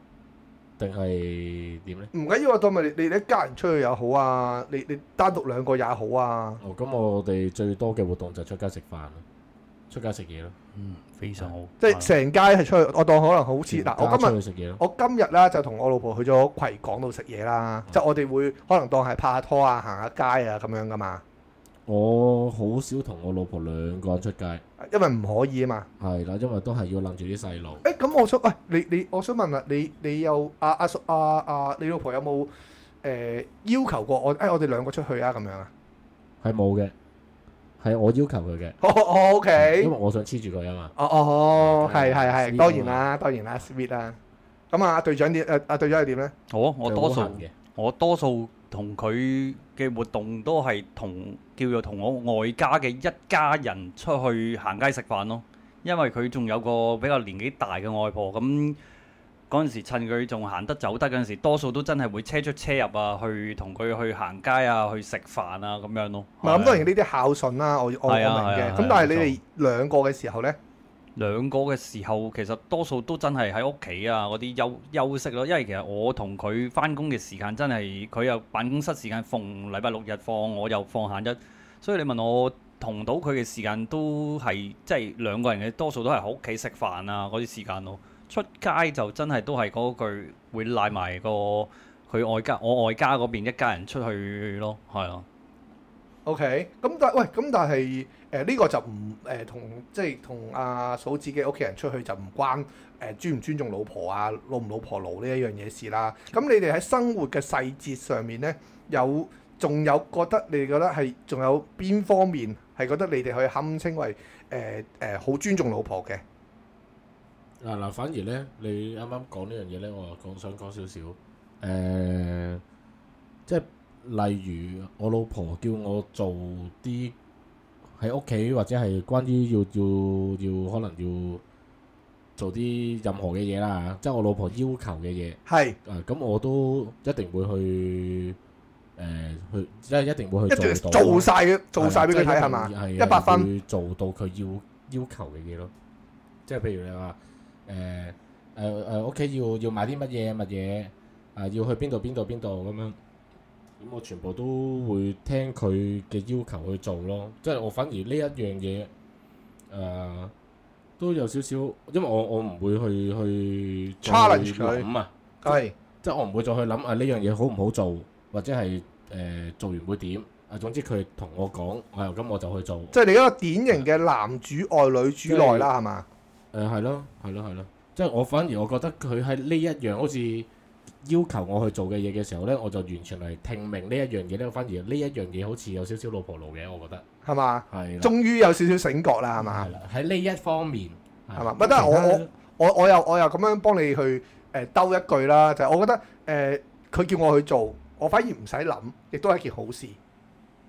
S2: 定係點咧？
S1: 唔緊要啊，當咪你你你一家人出去又好啊，你你單獨兩個也好啊，
S2: 哦，咁我哋最多嘅活動就出街食飯咯，出街食嘢咯，
S3: 嗯，非常好，
S1: 即係成街係出去，我當可能好似
S2: 啊
S1: 嗱
S2: 全家，
S1: 我今日。
S2: 出去食嘢咯。
S1: 我今日啦就同我老婆去咗葵港度食嘢
S2: 啊
S1: 啦，即係我哋會可能當係拍下拖啊、行下街啊咁樣噶嘛，
S2: 我好少同我老婆兩個人出街，
S1: 因為唔可以啊嘛。
S2: 係啦，因為都係要諗住啲細路。
S1: 誒咁，我想喂你你，我想問啦，你你有阿阿叔阿阿你老婆有冇誒、呃要求過我？誒、我哋兩個出去啊咁樣啊？
S2: 係冇嘅，係我要求佢嘅，
S1: 哦哦
S2: 因為
S1: ，OK，
S2: 我想黐住佢啊嘛。
S1: 哦哦，係係係，
S2: Sweet
S1: 當然啦，當然啦，sweet 啦。咁啊，隊長點？誒阿隊長係點咧？
S3: 我啊我多
S2: 佢
S3: 數
S2: 好。閒嘅，
S3: 我多數同佢嘅活動都係同叫做同我外家嘅一家人出去行街食飯咯，因為佢仲有個比較年紀大嘅外婆，咁嗰陣時趁佢仲行得走得嗰陣時，多數都真係會車出車入啊，去同佢去行街啊，去食飯啊咁樣咯。
S1: 唔係咁，當然呢啲孝順啦，我我我明
S3: 係啊係
S1: 嘅。
S3: 啊
S1: 咁但係你
S3: 係啊
S1: 哋兩個嘅時候咧，
S3: 兩個嘅時候，其實多數都真係喺屋企啊嗰啲休休息咯，因為其實我同佢翻工嘅時間真係佢又辦公室時間逢禮拜六日放，我又放閒日，所以你問我同到佢嘅時間都係即係兩個人嘅多數都係喺屋企食飯啊嗰啲時間咯，出街就真係都係嗰句會賴埋個佢外家我外家嗰邊一家人出去咯，係啊。
S1: OK，咁但喂，咁但係誒呢個就唔誒同即係同阿嫂子嘅屋企人出去就唔關誒、呃尊唔尊重老婆啊老唔老婆奴呢一樣嘢事啦。咁你哋喺生活嘅細節上面咧，有仲有覺得你哋覺得係仲有邊方面係覺得你哋去堪稱為誒誒好尊重老婆嘅？
S2: 嗱嗱，反而咧，你啱啱講呢樣嘢咧，我講想講少少，誒、即係例如我老婆叫我做啲喺屋企或者係關於要要要可能要做啲任何嘅嘢啦，即係我老婆要求嘅嘢，
S1: 係
S2: 誒咁我都一定會去誒去，即係一定會
S1: 一
S2: 去
S1: 定要
S2: 做到啊
S1: 做晒嘅，
S2: 係
S1: 做
S2: 啦
S1: 晒俾佢睇係嘛？？
S2: 一
S1: 100分
S2: 做到佢要要求嘅嘢咯。即係譬如你話呃誒誒誒屋企要要買啲乜嘢乜嘢啊，要去邊度邊度邊度咁樣。咁我全部都會聽佢嘅要求去做咯。即係我反而呢一樣嘢誒、呃都有少少，因為我我唔會去去再
S1: Challenge 佢
S2: 諗啊。
S1: 係
S2: 即係我唔會再去諗啊呢樣嘢好唔好做，或者係誒、呃做完會點啊。總之佢同我講，我又咁我就去做。
S1: 即係你一個典型嘅男主外女主內啦，係嘛？
S2: 誒係咯，係咯，係咯。即係我反而我覺得佢喺呢一樣好似要求我去做嘅嘢嘅時候呢，我就完全係聽明呢一樣嘢咧。反而呢一樣嘢好似有少少老婆路嘅，我覺得
S1: 係嘛？
S2: 係啦，
S1: 終於有少少醒覺啦，係嘛
S2: 係？啦，喺呢一方面
S1: 啊係嘛
S2: 係
S1: 唔得我
S2: 其他
S1: 我我我又我又咁樣幫你去誒、呃兜一句啦，就係、我覺得誒佢、叫我去做，我反而唔使諗，亦都係一件好事，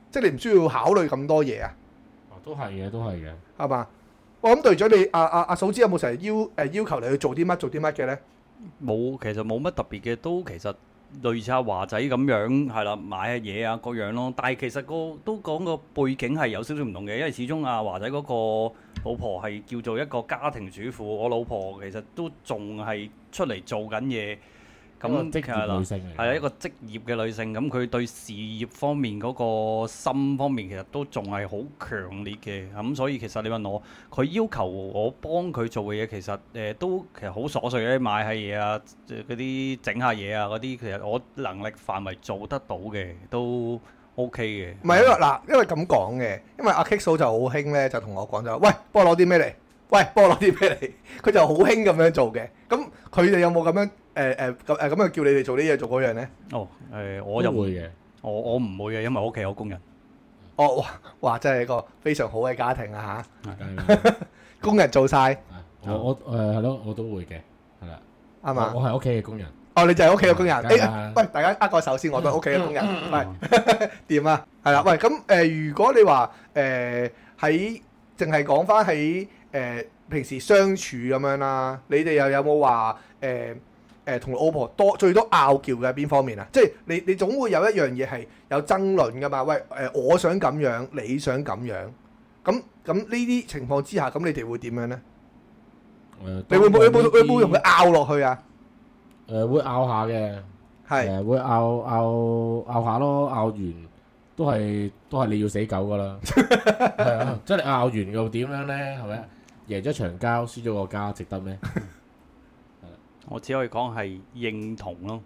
S1: 即係你唔需要考慮咁多嘢啊，
S2: 哦都係嘅，都係嘅。
S1: 係嘛？我諗隊長你阿阿阿嫂子有冇成日要誒、呃要求你去做啲乜做啲乜嘅咧？
S3: 冇，其實冇乜特別嘅，都其實類似阿華仔咁樣，係啦，買下嘢啊嗰樣咯。但係其實個都講個背景係有少少唔同嘅，因為始終啊阿華仔嗰個老婆係叫做一個家庭主婦，我老婆其實都仲係出嚟做緊嘢，
S2: 咁啊
S3: 咁
S2: 職
S3: 係
S2: 業
S3: 啦
S2: 女。性嚟嘅，
S3: 係啊一個職業嘅女性，咁佢對事業方面嗰個心方面，其實都仲係好強烈嘅。咁所以其實你問我，佢要求我幫佢做嘅嘢，其實誒、呃都其實好瑣碎嘅，買下嘢啊，誒嗰啲整下嘢啊，嗰啲其實我能力範圍做得到嘅，都 OK 嘅。
S1: 唔係因為嗱，因為咁講嘅，因為阿 Kick 嫂就好興咧，就同我講就話喂，幫我攞啲咩嚟？喂，幫我攞啲咩嚟？ 佢就好興咁樣做嘅。咁佢哋有冇咁樣誒誒咁呃誒咁樣叫你哋做呢樣做嗰樣咧？
S3: 哦，誒、我
S2: 我
S3: 又
S2: 就
S3: 唔
S2: 會嘅。
S3: 我我唔會嘅，因為我屋企有工人。
S1: 哦，哇哇，真係一個非常好嘅家庭啊
S2: 梗係啦
S1: 嚇，工人做晒
S2: 我我誒係咯，我都會嘅，係啦。
S1: 係
S2: 我
S1: 嘛？
S2: 我係屋企嘅工人。
S1: 哦，你就係屋企嘅工人。
S2: 梗係
S1: 誒
S2: 啦，嗯
S1: 喂，大家握個手先，我都係屋企嘅工人。喂，掂啊？係啦，喂，咁誒，如果你話誒喺淨係講翻喺誒平時相處咁樣啦，你哋又有冇話誒誒同老婆多最多拗撬嘅係邊方面啊？即係你你總會有一樣嘢係有爭論噶嘛？喂，誒，我想咁樣，你想咁樣，咁咁呢啲情況之下，咁你哋會點樣咧？
S2: 誒
S1: 你會冇你
S2: 呃
S1: 冇
S2: 當然呢
S1: 你冇用佢
S2: 啲
S1: 拗落去啊？
S2: 誒會拗下嘅，呃
S1: 係
S2: 誒會拗拗拗下咯，拗完都係都係你要死狗噶啦， 係啊，即係你拗完又點樣咧？係咪啊？贏咗場交，輸咗個家，值 得咩？啊
S3: 我只可以講係認同咯，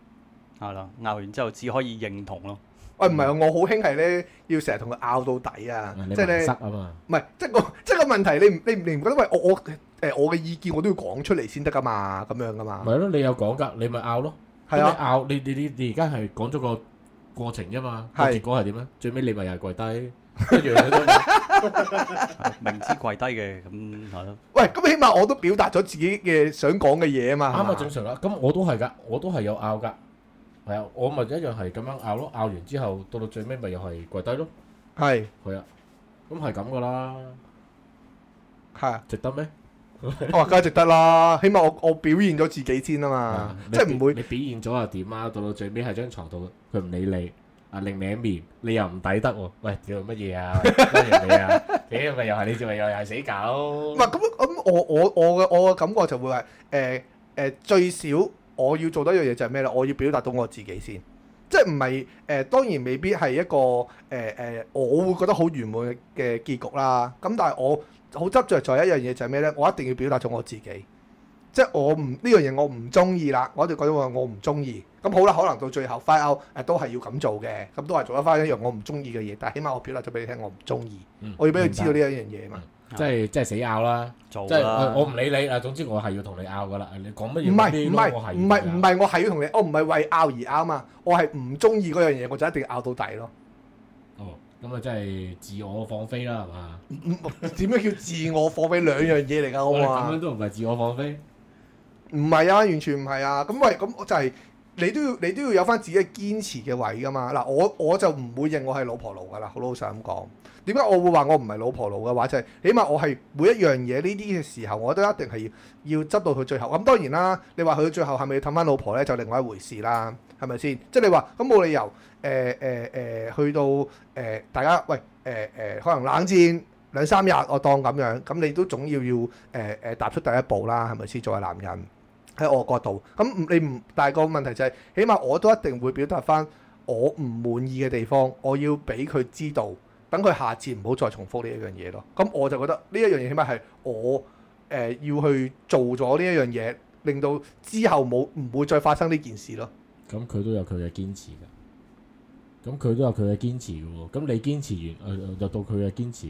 S3: 係啦，拗完之後只可以認同咯。
S1: 喂，唔係啊我好興係咧，要成日同佢拗到底啊！
S2: 你
S1: 即係
S2: 盲
S1: 咧
S2: 塞，啊嘛，
S1: 唔係即係個 即係個問題，你唔你唔你唔覺得喂我我誒我嘅意見我都要講出嚟先得噶嘛？咁樣噶嘛？
S2: 咪咯，你有講噶，你咪拗咯，
S1: 啊係
S2: 咁你
S1: 啊，
S2: 拗你你你你而家係講咗個過程啫嘛，個
S1: 係
S2: 結果係點咧？最尾你咪又係 跪低，一樣嘢啫嘛
S3: 明知跪低嘅，咁係咯，
S1: 喂，咁起碼我都表達咗自己嘅想講嘅嘢啊嘛。
S2: 啱啊，
S1: 係
S2: 正
S1: 嘛
S2: 常啦。咁我都係噶，我都係有拗噶，係啊，我咪一樣係咁樣拗咯，拗完之後到到最尾咪又係跪低咯。
S1: 係
S2: 係啊，咁係咁噶啦，
S1: 係啊，
S2: 值得咩？
S1: 我話梗係值得啦，起碼我我表現咗自己先啊嘛，即係唔會
S2: 你表現咗又點啊？到到最尾喺張床度，佢唔理你，啊另你一面，你又唔抵得喎。喂，屌乜 嘢啊？多人你啊？屌咪又係你做咪又係死
S1: 唔
S2: 狗。
S1: 係咁咁，我我我嘅我嘅感覺就會係誒誒最少我要做得一樣嘢就係咩咧？我要表達到我自己先，即係唔係誒？當然未必係一個誒誒、呃我會覺得好圓滿嘅結局啦。咁但係我好執着在一樣嘢就係咩咧？我一定要表達咗我自己，即係我唔呢樣嘢我唔中意啦，我一定覺得我我唔中意。咁好啦，可能到最後 f i 都係要咁做嘅，咁都係做得翻一樣我唔中意嘅嘢，但係起碼我表達咗俾你聽我唔中意，
S2: 嗯
S1: 我要俾佢知道呢一樣嘢嘛。
S2: 明白即係即係死拗啦，
S3: 做
S2: 即係
S3: 啦。
S1: 呃
S2: 我我唔理你啊。總之我係要同你拗噶啦。你講乜嘢
S1: 唔係
S2: 乜嘢
S1: 唔
S2: 咯？我
S1: 係唔係唔
S2: 係
S1: 係，我係要同你，哦我唔係為拗而拗嘛，我係唔中意嗰樣嘢，我就一定拗到底 咯。
S2: 哦，咁啊真係自我放飛啦，係嘛？
S1: 唔唔點樣叫自我放棄兩樣嘢嚟㗎？
S2: 我
S1: 我
S2: 哋咁樣
S1: 話
S2: 都唔係自我放飛。
S1: 唔係啊，完全唔係啊。咁喂，咁我就係你都要你都要有翻自己嘅堅持嘅位噶嘛。嗱，我我就唔會認我係老婆奴噶啦，好老實咁講。點解我會話我唔係老婆奴嘅話，就係、起碼我係每一樣嘢呢啲嘅時候，我都一定係要要執到佢最後。咁當然啦，你話佢到最後係咪要氹翻老婆咧，就另外一回事啦，係咪先？即係你話咁冇理由誒誒誒去到誒、呃大家喂誒誒、呃呃可能冷戰。兩三日我當咁樣，咁你都總要要誒誒、呃踏出第一步啦，係咪先？作為男人喺我角度，咁唔你唔，但係個問題就係、起碼我都一定會表達翻我唔滿意嘅地方，我要俾佢知道，等佢下次唔好再重複呢一樣嘢咯。咁我就覺得呢一樣嘢起碼係我誒、呃要去做咗呢一樣嘢，令到之後冇唔會再發生呢件事咯。
S2: 咁佢都有佢嘅堅持㗎。咁佢都有佢嘅堅持嘅喎。咁你堅持完，誒、呃、就到佢嘅堅持。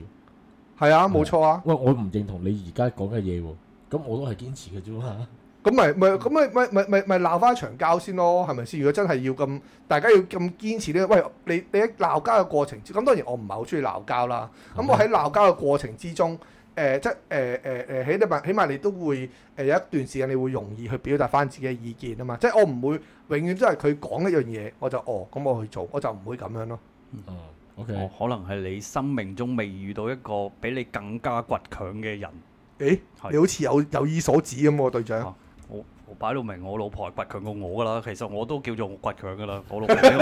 S1: 係啊，冇錯啊。
S2: 喂，我唔認同你而家講嘅嘢喎。咁我都係堅持嘅啫嘛。
S1: 咁咪咪咁咪咪咪咪咪鬧翻一場交先咯，係咪先？如果真係要咁，大家要咁堅持呢？喂，你你喺鬧交嘅過程之，咁當然我唔係好中意鬧交啦。咁我喺鬧交嘅過程之中，誒、即係誒誒誒，起碼起碼你都會誒、有一段時間，你會容易去表達翻自己嘅意見啊嘛。即係我唔會永遠都係佢講一樣嘢，我就哦咁我去做，我就唔會咁樣咯。
S2: 嗯，OK，
S3: 哦可能係你生命中未遇到一個比你更加倔強嘅人。
S1: 誒，
S3: 係哦
S1: 你好似有有意所指咁喎，隊長。
S3: 我我擺到明，我老婆係倔強過我噶啦。其實我都叫做倔強 噶啦，我老婆俾我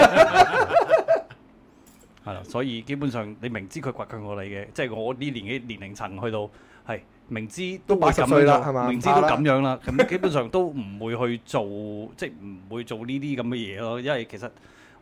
S3: 係啦。所以基本上你明知佢倔強過你嘅，即係我呢年紀年齡層去到係明知
S1: 都
S3: 都會
S1: 80
S3: 咁
S1: 歲啦
S3: 樣
S1: 係嘛
S3: 做，明知
S1: 唔怕
S3: 都
S1: 啦
S3: 咁樣啦，咁基本上都唔會去做， 即係唔會做呢啲咁嘅嘢咯。因為其實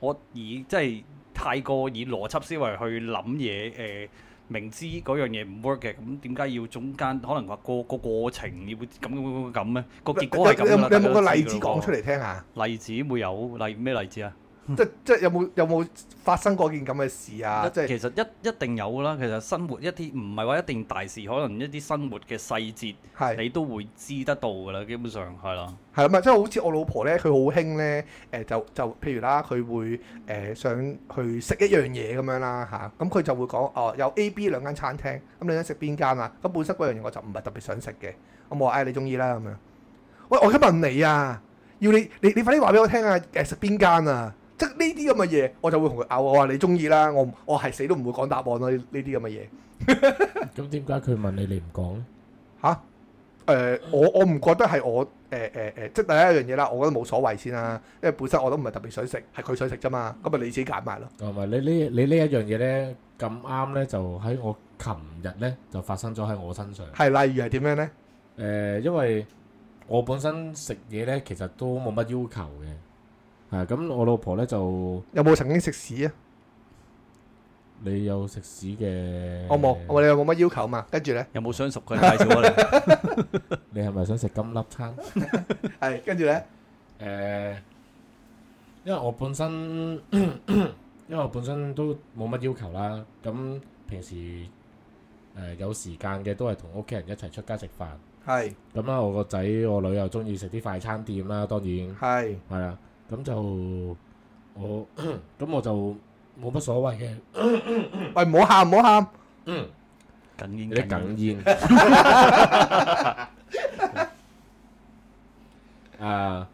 S3: 我以即係太過以邏輯思維去諗嘢誒。明知嗰樣嘢唔 work 嘅，咁點解要中間可能話個個過程要咁咁咁咁咧？個結果係咁
S1: 你有
S3: 㗎啦
S1: 冇你有冇個
S3: 大家都
S1: 例
S3: 知
S1: 子
S3: 㗎
S1: 講出
S3: 喎？
S1: 嚟聽下？
S3: 例子會有例咩例子啊？
S1: 即即有冇有冇發生過件咁嘅事啊？即係。
S3: 其實 一一定有㗎啦。其實生活一啲唔係話一定大事，可能一啲生活嘅細節
S1: 係
S3: 你都會知得到㗎啦。基本上係啦，
S1: 係啦，啊咪即係好似我老婆咧，佢好興咧，誒、就就譬如啦，佢會誒、想去食一樣嘢咁樣啦嚇，咁、佢就會講哦有 A、B 兩間餐廳，咁你想食邊間啊？咁本身嗰樣嘢我就唔係特別想食嘅，咁我話哎唉你中意啦咁樣。喂，我而家問你啊，要你你你快啲話俾我聽啊，誒食邊間啊？即係呢啲咁嘅嘢，我就會同佢拗，我話你中意啦，我唔我係死都唔會講答案咯，呢呢啲咁嘅嘢。
S2: 咁點解佢問你你唔講咧？
S1: 吓？誒、我我唔覺得係我誒誒誒，即係第一樣嘢啦，我覺得冇所謂先啦，因為本身我都唔係特別想食，係佢想食啫嘛，咁咪你自己揀埋咯。
S2: 同哦埋你呢你呢一樣嘢咧咁啱咧，就喺我琴日咧就發生咗喺我身上。誒、呃
S1: 係，例如係點樣咧？
S2: 因為我本身食嘢咧，其實都冇乜要求嘅。係咁，我老婆咧就
S1: 有冇曾經食屎啊？
S2: 你有食屎嘅，
S1: 我冇，我哋有冇乜要求嘛？跟住咧，
S3: 有冇相熟嘅介紹啊？
S2: 你係咪想食金粒餐？誒、
S1: 係跟住咧，
S2: 因為我本身 因為我本身都冇乜要求啦。咁平時誒、有時間嘅都係同屋企人一齊出街食飯。
S1: 係
S2: 咁啦，我個仔我女又中意食啲快餐店啦，當然係
S1: 係
S2: 啦。咁就我 咁我就冇乜所謂嘅。
S1: 喂，唔好喊，唔好喊，
S3: 你緊
S2: 有
S3: 煙
S2: 啲
S3: 緊煙
S2: 哽咽。 啊，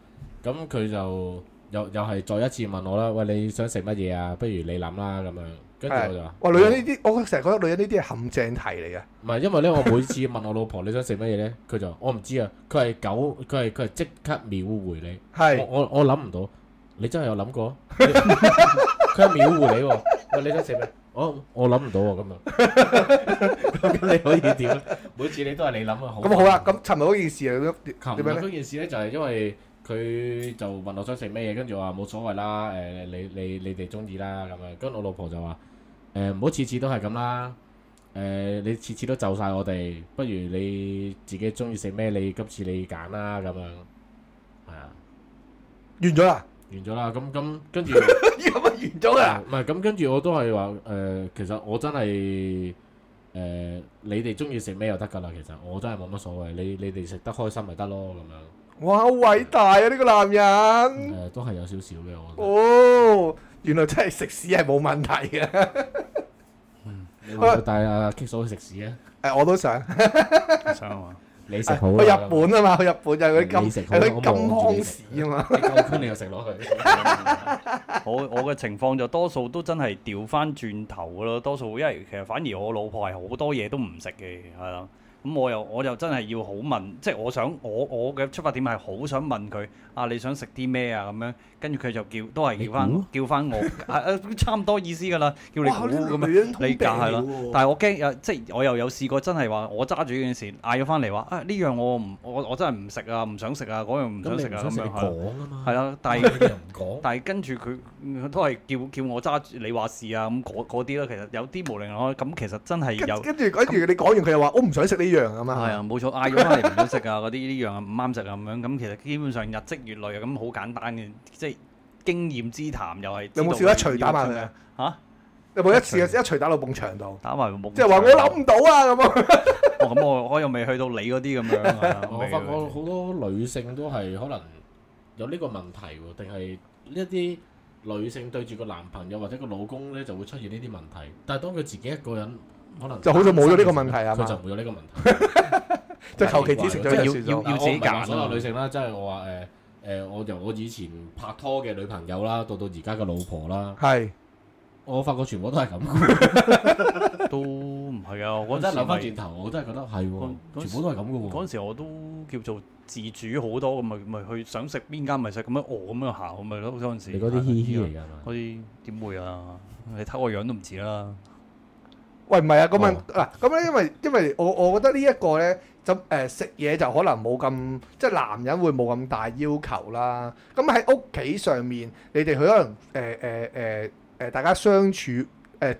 S2: 咁佢就又又係再一次問我啦，喂，你想食乜嘢啊？不如你諗啦咁樣。跟住我就話，
S1: 哇，女人呢啲，我成日覺得女人呢啲係陷阱題嚟嘅。
S2: 唔係，因為咧，我每次問我老婆你想食乜嘢咧，佢就我唔知啊。佢係九，佢係佢係即刻秒回你。我
S1: 係
S2: 我我諗唔到，你真係有諗過？你佢係秒回你喎，喂你想食咩？我我諗唔到喎咁啊，咁你可以點咧？每次你都係你諗啊，好
S1: 咁好啦，咁尋日嗰件事係點
S2: 琴
S1: 點
S2: 日
S1: 樣咧？
S2: 嗰件事咧就係因為佢就問我想食咩嘢，跟住我話冇所謂啦，誒、你你你哋中意啦咁樣，跟住我老婆就話誒唔好次次都係咁啦，誒、你次次都就晒我哋，不如你自己中意食咩，你今次你揀啦咁樣，係啊，
S1: 完咗啦，
S2: 完咗啦，咁咁跟 住。
S1: 咁啊完咗啦，
S2: 唔係咁，跟住我都係話誒，其實我真係誒、呃你哋中意食咩就得㗎啦。其實我真係冇乜所謂，你你哋食得開心咪得咯咁
S1: 哇，好偉大啊！呢個男人。
S3: 嗯
S2: 樣。誒、都係有少少嘅，我覺得。
S1: 哦，原來真係食屎係冇問題嘅。誒、
S2: 你會唔會帶阿 K 嫂去食屎啊？
S1: 我都想，
S3: 想啊嘛？
S2: 你食
S1: 係
S2: 好
S1: 去
S2: 啦
S1: 日本啊嘛，去日本就係嗰啲
S2: 你
S1: 金
S2: 食好
S1: 係
S2: 啦
S1: 嗰
S2: 我望
S1: 啲金
S2: 住你
S1: 康
S2: 食
S1: 市啊嘛。
S2: 你夠圈你又食落去，
S3: 我我嘅情況就多數都真係調翻轉頭噶咯，多數因為其實反而我老婆係好多嘢都唔食嘅，係啦。咁我又我又真係要好問，即係我想我我嘅出發點係好想問佢啊，你想食啲咩啊咁樣，跟住佢就叫都係叫
S2: 你估
S3: 翻叫翻我，係啊差唔多意思㗎啦，叫啊你
S1: 啊哇
S3: 估
S1: 呢個
S3: 咁樣。
S1: 女人通
S3: 理
S1: 病
S3: 解係啦
S1: 嚟喎
S3: 但係我驚有即係我又有試過真係話我揸住呢件事嗌咗翻嚟話啊呢樣我唔我我真係唔食啊，唔想食啊，嗰樣
S2: 咁
S3: 唔想
S2: 你
S3: 食
S2: 唔
S3: 啊
S2: 想
S3: 咁
S2: 食你
S3: 樣係啦
S2: 講啊嘛，
S3: 係啦，但係
S2: 係你又唔講，
S3: 但係跟住佢嗯都係叫叫我揸住你話事啊咁嗰嗰啲啦，其實有啲無令可咁，其實真係
S1: 跟
S3: 有
S1: 跟住跟住你講完佢又話我唔想食呢樣啊嘛。
S3: 係啊冇錯，嗌咗翻嚟唔好食啊 嗰啲呢樣啊唔啱食啊咁樣，咁其實基本上日積月累啊咁好簡單嘅，即係經驗之談又係知
S1: 有
S3: 道
S1: 冇
S3: 要。
S1: 試過一錘打埋佢啊
S3: 嘅？嚇？
S1: 有冇一次一錘打到埲牆度？
S3: 打埋木，
S1: 即係話我諗唔到啊咁啊！
S3: 哦咁我我又未去到你嗰啲咁樣 啊
S2: 我發覺好多女性都係可能有呢個問題喎，定係呢一啲女性對住個男朋友或者個老公咧就會出現呢啲問題，但係當佢自己一個人。可能
S1: 就好似冇咗呢個問題啊係嘛
S2: 佢就冇咗呢個問題。
S1: 即係求其指食咗
S2: 即係
S1: 就
S3: 要
S1: 算
S3: 要
S1: 咗。
S3: 自己揀
S2: 我唔係
S3: 啊
S2: 話所有女性啦，即係我話誒誒，我由我以前拍拖嘅女朋友啦，到到而家嘅老婆啦，
S1: 係
S2: 我發覺全部都係咁。
S3: 都唔係啊！
S2: 我
S3: 我
S2: 真係諗翻
S3: 時
S2: 轉頭，我真係覺得係
S3: 嗰
S2: 喎，
S3: 嗰
S2: 全部都係咁
S3: 咪
S2: 嘅
S3: 嗰
S2: 喎。
S3: 陣時我都叫做自主好多咁咪咪去想食邊間咪食咁樣哦餓咁樣行咁咪咯嗰陣時。
S2: 你嗰啲嘻嘻
S3: 係啊
S2: 嚟㗎嘛？
S3: 嗰啲點會啊？你睇我樣都唔似啦。
S1: 喂唔係啊？咁問
S2: 哦
S1: 嗱咁咧，因為因為我我覺得呢一個咧。就誒食嘢就可能冇咁，即係男人會冇咁大要求啦。咁喺屋企上面，你哋佢可能誒誒誒誒大家相處誒、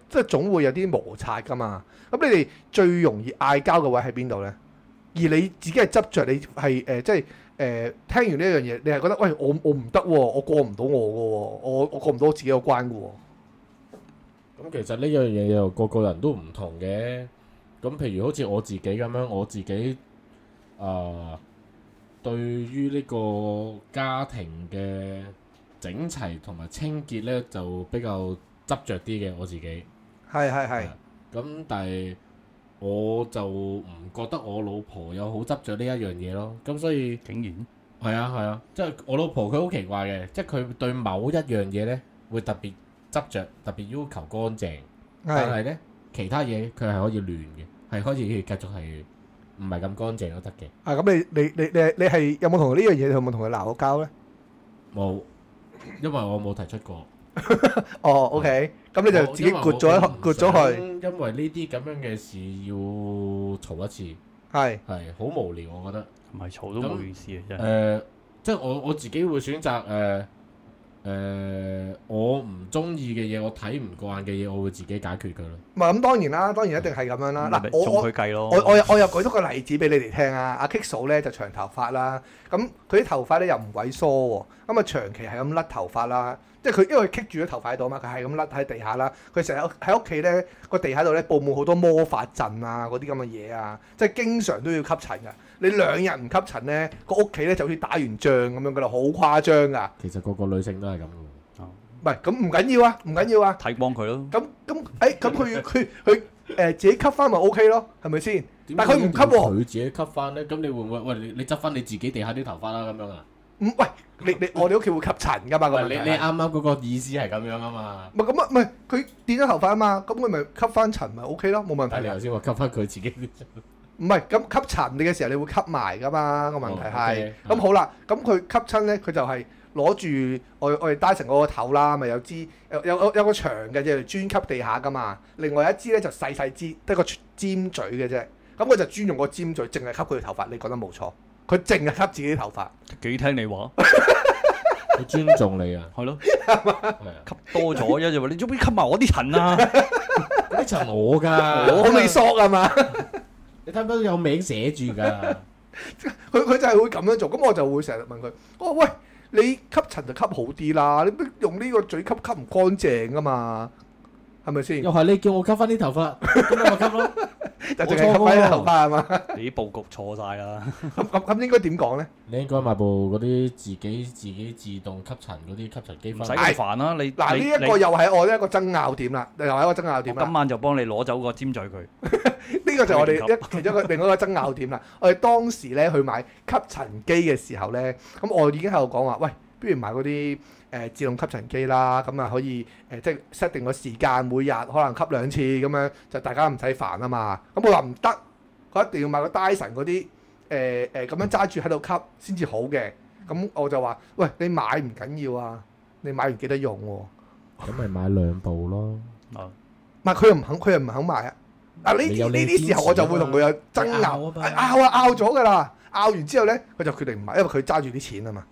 S1: 即係總會有啲摩擦噶嘛。咁你哋最容易嗌交嘅位喺邊度咧？而你自己係執着，你係誒、即係誒、聽完呢樣嘢，你係覺得喂我我唔得喎，我過唔到我嘅喎，我我過唔到我自己個關嘅喎。
S2: 咁其實呢樣嘢又個個人都唔同嘅。咁譬如好似我自己咁樣，我自己啊、對於呢個家庭嘅整齊同埋清潔呢，就比較執着啲嘅我自己。
S1: 係係係
S2: 啊咁但係我就唔覺得我老婆有好執着呢一樣嘢咯。咁所以
S3: 竟然
S2: 係啊係啊，即係我老婆佢好奇怪嘅，即係佢對某一樣嘢呢，會特別執着，特別要求乾淨。但
S1: 係
S2: 係咧，其他嘢佢係可以亂嘅，係可以繼續係唔係咁乾淨都得嘅。
S1: 啊！咁你你你你你係有冇同呢樣嘢有冇同佢鬧過交咧？
S2: 冇，因為我冇提出過。
S1: 哦，OK，咁你就自己豁咗一豁咗 佢，
S2: 去，因為呢啲咁樣嘅事要嘈一次，
S1: 係
S2: 係好無聊，我覺得。
S3: 唔係嘈都冇意思嘅，
S2: 誒、
S3: 真係。
S2: 即係我我自己會選擇誒誒、我唔中意嘅嘢，我睇唔慣嘅嘢，我會自己解決佢咯。
S1: 唔係咁當然啦，當然一定係咁樣啦。嗯嗱，
S3: 咁咪
S1: 我
S3: 送
S1: 我
S3: 佢計咯。
S1: 我我又我又舉多個例子俾你哋聽啊！阿 Kick 嫂咧就長頭髮啦，咁佢啲頭髮咧又唔鬼梳喎，咁啊長期係咁甩頭髮啦，即係佢因為佢棘住咗頭髮喺度嘛，佢係咁甩喺地下啦，佢成日喺屋企咧個地下度咧佈滿好多魔法陣啊嗰啲咁嘅嘢啊，即係經常都要吸塵噶。你兩日唔吸塵咧，個屋企咧就好似打完仗咁樣噶啦，好誇張噶。
S2: 其實個個女性都係咁嘅喎。
S1: 唔係咁唔緊要啊，唔緊要啊。
S3: 睇幫佢咯。
S1: 咁咁誒咁佢佢佢誒自己吸翻咪 OK 咯，係咪先？但係佢唔吸喎
S2: 佢自己吸翻咧，咁你會唔會喂你你執翻你自己地下啲頭髮啦咁樣啊？
S1: 唔喂你你我哋屋企會吸塵噶嘛個問
S2: 喂，
S1: 題
S2: 你
S1: 係。
S2: 你啱啱嗰個意思係咁樣啊嘛？
S1: 唔係咁啊，唔係佢電咗頭髮啊嘛，咁佢咪吸翻塵咪 O K 咯，冇問
S2: 但
S1: 題
S2: 係你
S1: 啊。
S2: 頭先話吸翻佢自己啲
S1: 唔係咁吸塵你嘅時候，你會吸埋噶嘛個問題係。
S2: 哦，OK，
S1: 咁好啦，咁佢吸親咧，佢就係攞住我我哋戴成我個頭啦，咪有支有有有有個長嘅啫，專吸地下噶嘛。另外一支咧就細細支，得個尖嘴嘅啫。咁佢就專用個尖嘴，淨係吸佢嘅頭髮。你覺得冇錯？佢淨係吸自己啲頭髮。
S3: 幾聽你話，
S2: 佢尊重你啊，
S3: 係咯，
S2: 係啊，
S3: 吸多咗一就話你做咩吸埋我啲 塵啊？
S2: 呢層我㗎，
S1: 我未索啊嘛。
S2: 你睇唔睇到有名寫住 㗎？
S1: 佢佢就係會咁樣做，咁我就會成日問佢：我話喂，你吸塵就吸好啲啦，你乜用呢個嘴吸吸唔乾淨噶嘛，係咪先？
S2: 又係你叫我吸翻啲頭髮，咁咪我吸咯。
S1: 就淨係吸翻啲頭髮啊係嘛？
S3: 你啲佈局錯晒啦。
S1: 咁咁咁應該點講咧？
S2: 你應該買部嗰啲自己自己自動吸塵嗰啲吸塵機
S3: 唔
S2: 翻
S3: 使
S2: 嚟。
S3: 咁煩啦，你
S1: 嗱，呢
S3: 你
S1: 一個
S3: 你
S1: 又係我一個爭拗點啦，又係一個爭拗
S3: 我
S1: 點啊啦
S3: 今。晚就幫你攞走個尖嘴佢，
S1: 呢個就係我哋一其中一個另外一個爭拗點啦。我哋當時咧去買吸塵機嘅時候咧，咁我已經喺度講話，喂，不如買嗰啲誒自動吸塵機啦，咁啊可以誒、即係 set 定個時間，每日可能吸兩次咁樣，就大家唔使煩啊嘛。咁我話唔得，我一定要買個 Dyson 嗰啲誒誒咁樣揸住喺度吸先至好嘅。咁我就話，喂，你買唔緊要啊，你買完記得用喎、
S2: 咁咪買兩部咯。
S3: 啊
S1: 唔係佢又唔肯，佢又唔肯買啊！嗱呢
S2: 你有
S1: 啲
S2: 你
S1: 呢
S2: 嘅
S1: 啲時候我就會同佢有爭
S2: 堅持啊
S1: 拗，
S2: 嘛
S1: 係拗啊拗咗㗎啦，拗完之後咧佢就決定唔買，因為佢揸住啲錢啊嘛，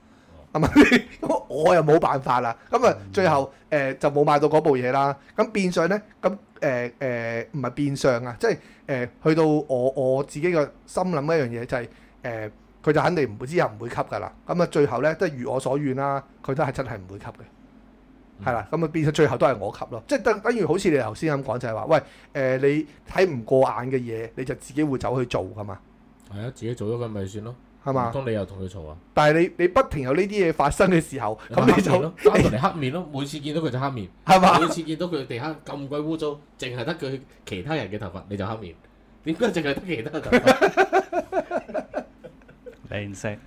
S1: 係咪？ 咁我又冇辦法啦，咁啊最後誒、呃就冇買到嗰部嘢啦。咁變相咧，咁誒誒唔係變相啊，即係誒、呃去到我我自己嘅心諗一樣嘢就係、呃佢就肯定唔會之後唔會吸㗎啦。咁啊，最後咧都係如我所願啦，佢都係真係唔會吸嘅，係啦。咁啊，變咗最後都係我吸咯，即係等等於好似你頭先咁講，就係話，喂，誒、呃你睇唔過眼嘅嘢，你就自己會走去做㗎嘛，
S2: 係啊，自己做咗佢咪算咯。
S1: 係嘛
S2: 唔？通你又同佢嘈啊？
S1: 但係你你不停有呢啲嘢發生嘅時候，咁你就
S2: 咪 黑面咯翻到嚟黑面咯，每次見到佢就黑面。
S1: 係嘛？
S2: 每次見到佢地下咁鬼污糟，淨係得佢其他人嘅頭髮，你就黑面。點解淨係得其他人頭髮？
S3: 靚聲，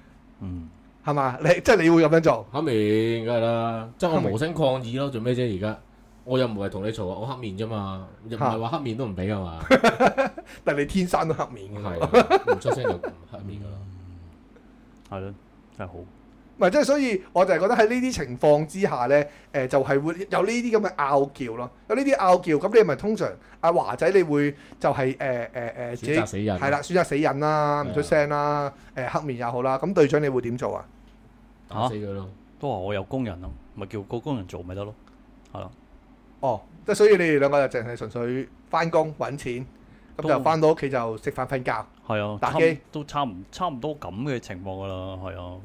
S3: 嗯，
S1: 係嘛？你即係你會咁樣做，
S2: 黑面梗係啦，即係
S1: 黑面
S2: 我無聲抗議咯，做咩啫？而家我又唔係同你嘈啊，我黑面啫嘛，又唔係話黑面都唔俾噶嘛，
S1: 但係你天生都黑面㗎嘛。
S2: 係啊唔出聲就唔黑面噶啦。
S3: 係咯，真係好。
S1: 唔係，即係所以我就係覺得喺呢啲情況之下咧，誒、就係、會有呢啲咁嘅拗撬咯，有呢啲拗撬，咁你咪通常阿華仔你會就係誒誒誒自
S2: 選
S1: 己
S2: 擇死人
S1: 係啦，選擇死忍啦，
S2: 係
S1: 唔
S2: 啊
S1: 出聲啦，誒、黑面又好啦，咁隊長你會點做啊？
S2: 打死佢咯。
S3: 都話我有工人咯，咪叫個工人做咪得咯，係咯。
S1: 哦，即係所以你哋兩個就淨係純粹翻工揾錢，咁就
S3: 都
S1: 翻到屋企就食飯瞓覺。
S3: 係啊，
S1: 打
S3: 差唔
S1: 機
S3: 都差唔差唔多咁嘅情況㗎啦，係啊，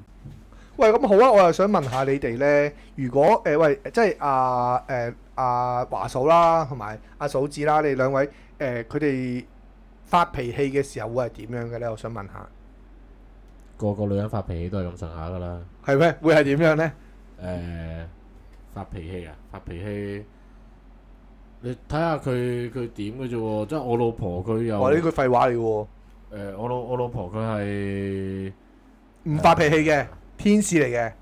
S1: 喂，咁好啊！我又想問下你哋咧，如果誒、呃喂，即係阿誒阿華嫂啦，同埋阿嫂子啦，你兩位誒佢哋發脾氣嘅時候會係點樣嘅咧？我想問 下，
S2: 個個女人發脾氣都係咁上下噶啦。
S1: 係咩？會係點樣咧？
S2: 誒、發脾氣啊！發脾氣，你睇下佢佢點嘅啫喎。即係我老婆佢又
S1: 哇！呢
S2: 誒、
S1: 句廢話嚟嘅喎，
S2: 我老我老婆佢係
S1: 唔發脾氣嘅天使嚟 嘅，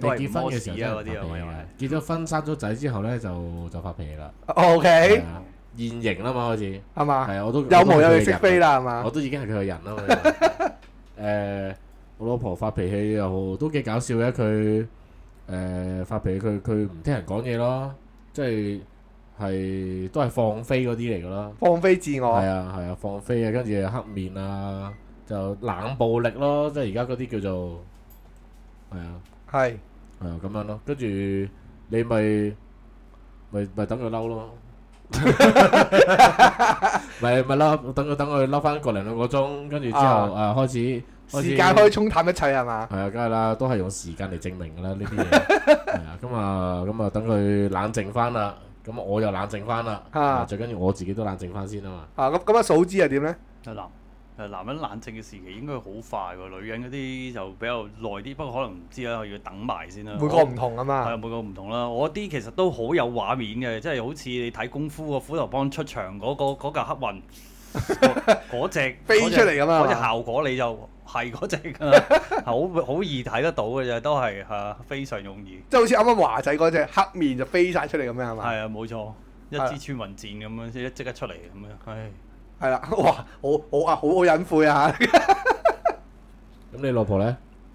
S3: 都係
S2: 你結婚嘅時候真係
S3: 唔屙屎啊嗰啲係咪
S2: 發脾氣嘅。結咗婚生咗仔之後咧，就就發脾氣啦。
S1: O
S2: 係
S1: K
S2: 啊，現形啦嘛，開始
S1: 哦係嘛？
S2: 係啊，我都
S1: 哎有毛有翼識飛啦，
S2: 啦，
S1: 係
S2: 我
S1: 嘛？
S2: 都已經係佢嘅人啦嘛。誒、 我老婆發脾氣又都幾搞笑嘅，佢誒、發脾氣佢佢唔聽人講嘢咯，即係係都係放飛嗰啲嚟噶啦。
S1: 放飛自
S2: 係
S1: 我，
S2: 啊係啊，放飛啊，跟住黑面啊，就冷暴力咯，即係而家嗰啲叫做係啊
S1: 係
S2: 係啊咁樣咯，跟住你咪咪咪等佢嬲咯，咪咪嬲，等佢等佢嬲翻個零兩個鐘，跟住之後誒開始開始
S1: 時間可以沖淡一切係嘛？
S2: 係啊，梗係啦，都係用時間嚟證明㗎啦呢啲嘢。係啊，咁啊，咁啊，等佢冷靜翻啦，咁我又冷靜翻啦。
S1: 啊
S2: 最緊要我自己都冷靜翻先啊嘛。
S1: 啊咁咁啊，嫂子又點咧？
S3: 男誒男人冷靜嘅時期應該好快喎，女人嗰啲就比較耐啲，不過可能唔知啦，要等埋先啦。
S1: 每個唔同啊
S3: 係啊
S1: 嘛，
S3: 每個唔同啦，我啲其實都好有畫面嘅，即係好似你睇功夫個斧頭幫出場嗰、個嗰架黑雲嗰嗰隻
S1: 飛
S3: 嗰隻
S1: 出嚟咁啊
S3: 嗰隻效果你就係嗰只㗎，係 好好易睇得到嘅啫，都係係啊非常容易。
S1: 即係好似啱啱華仔嗰隻黑面就飛晒出嚟咁樣係嘛？
S3: 係啊，冇錯，
S1: 係啊
S3: 一支穿雲箭咁樣即即刻出嚟咁樣，唉，
S1: 係啦，哇，好好啊，好好隱晦啊
S2: 咁你老婆咧？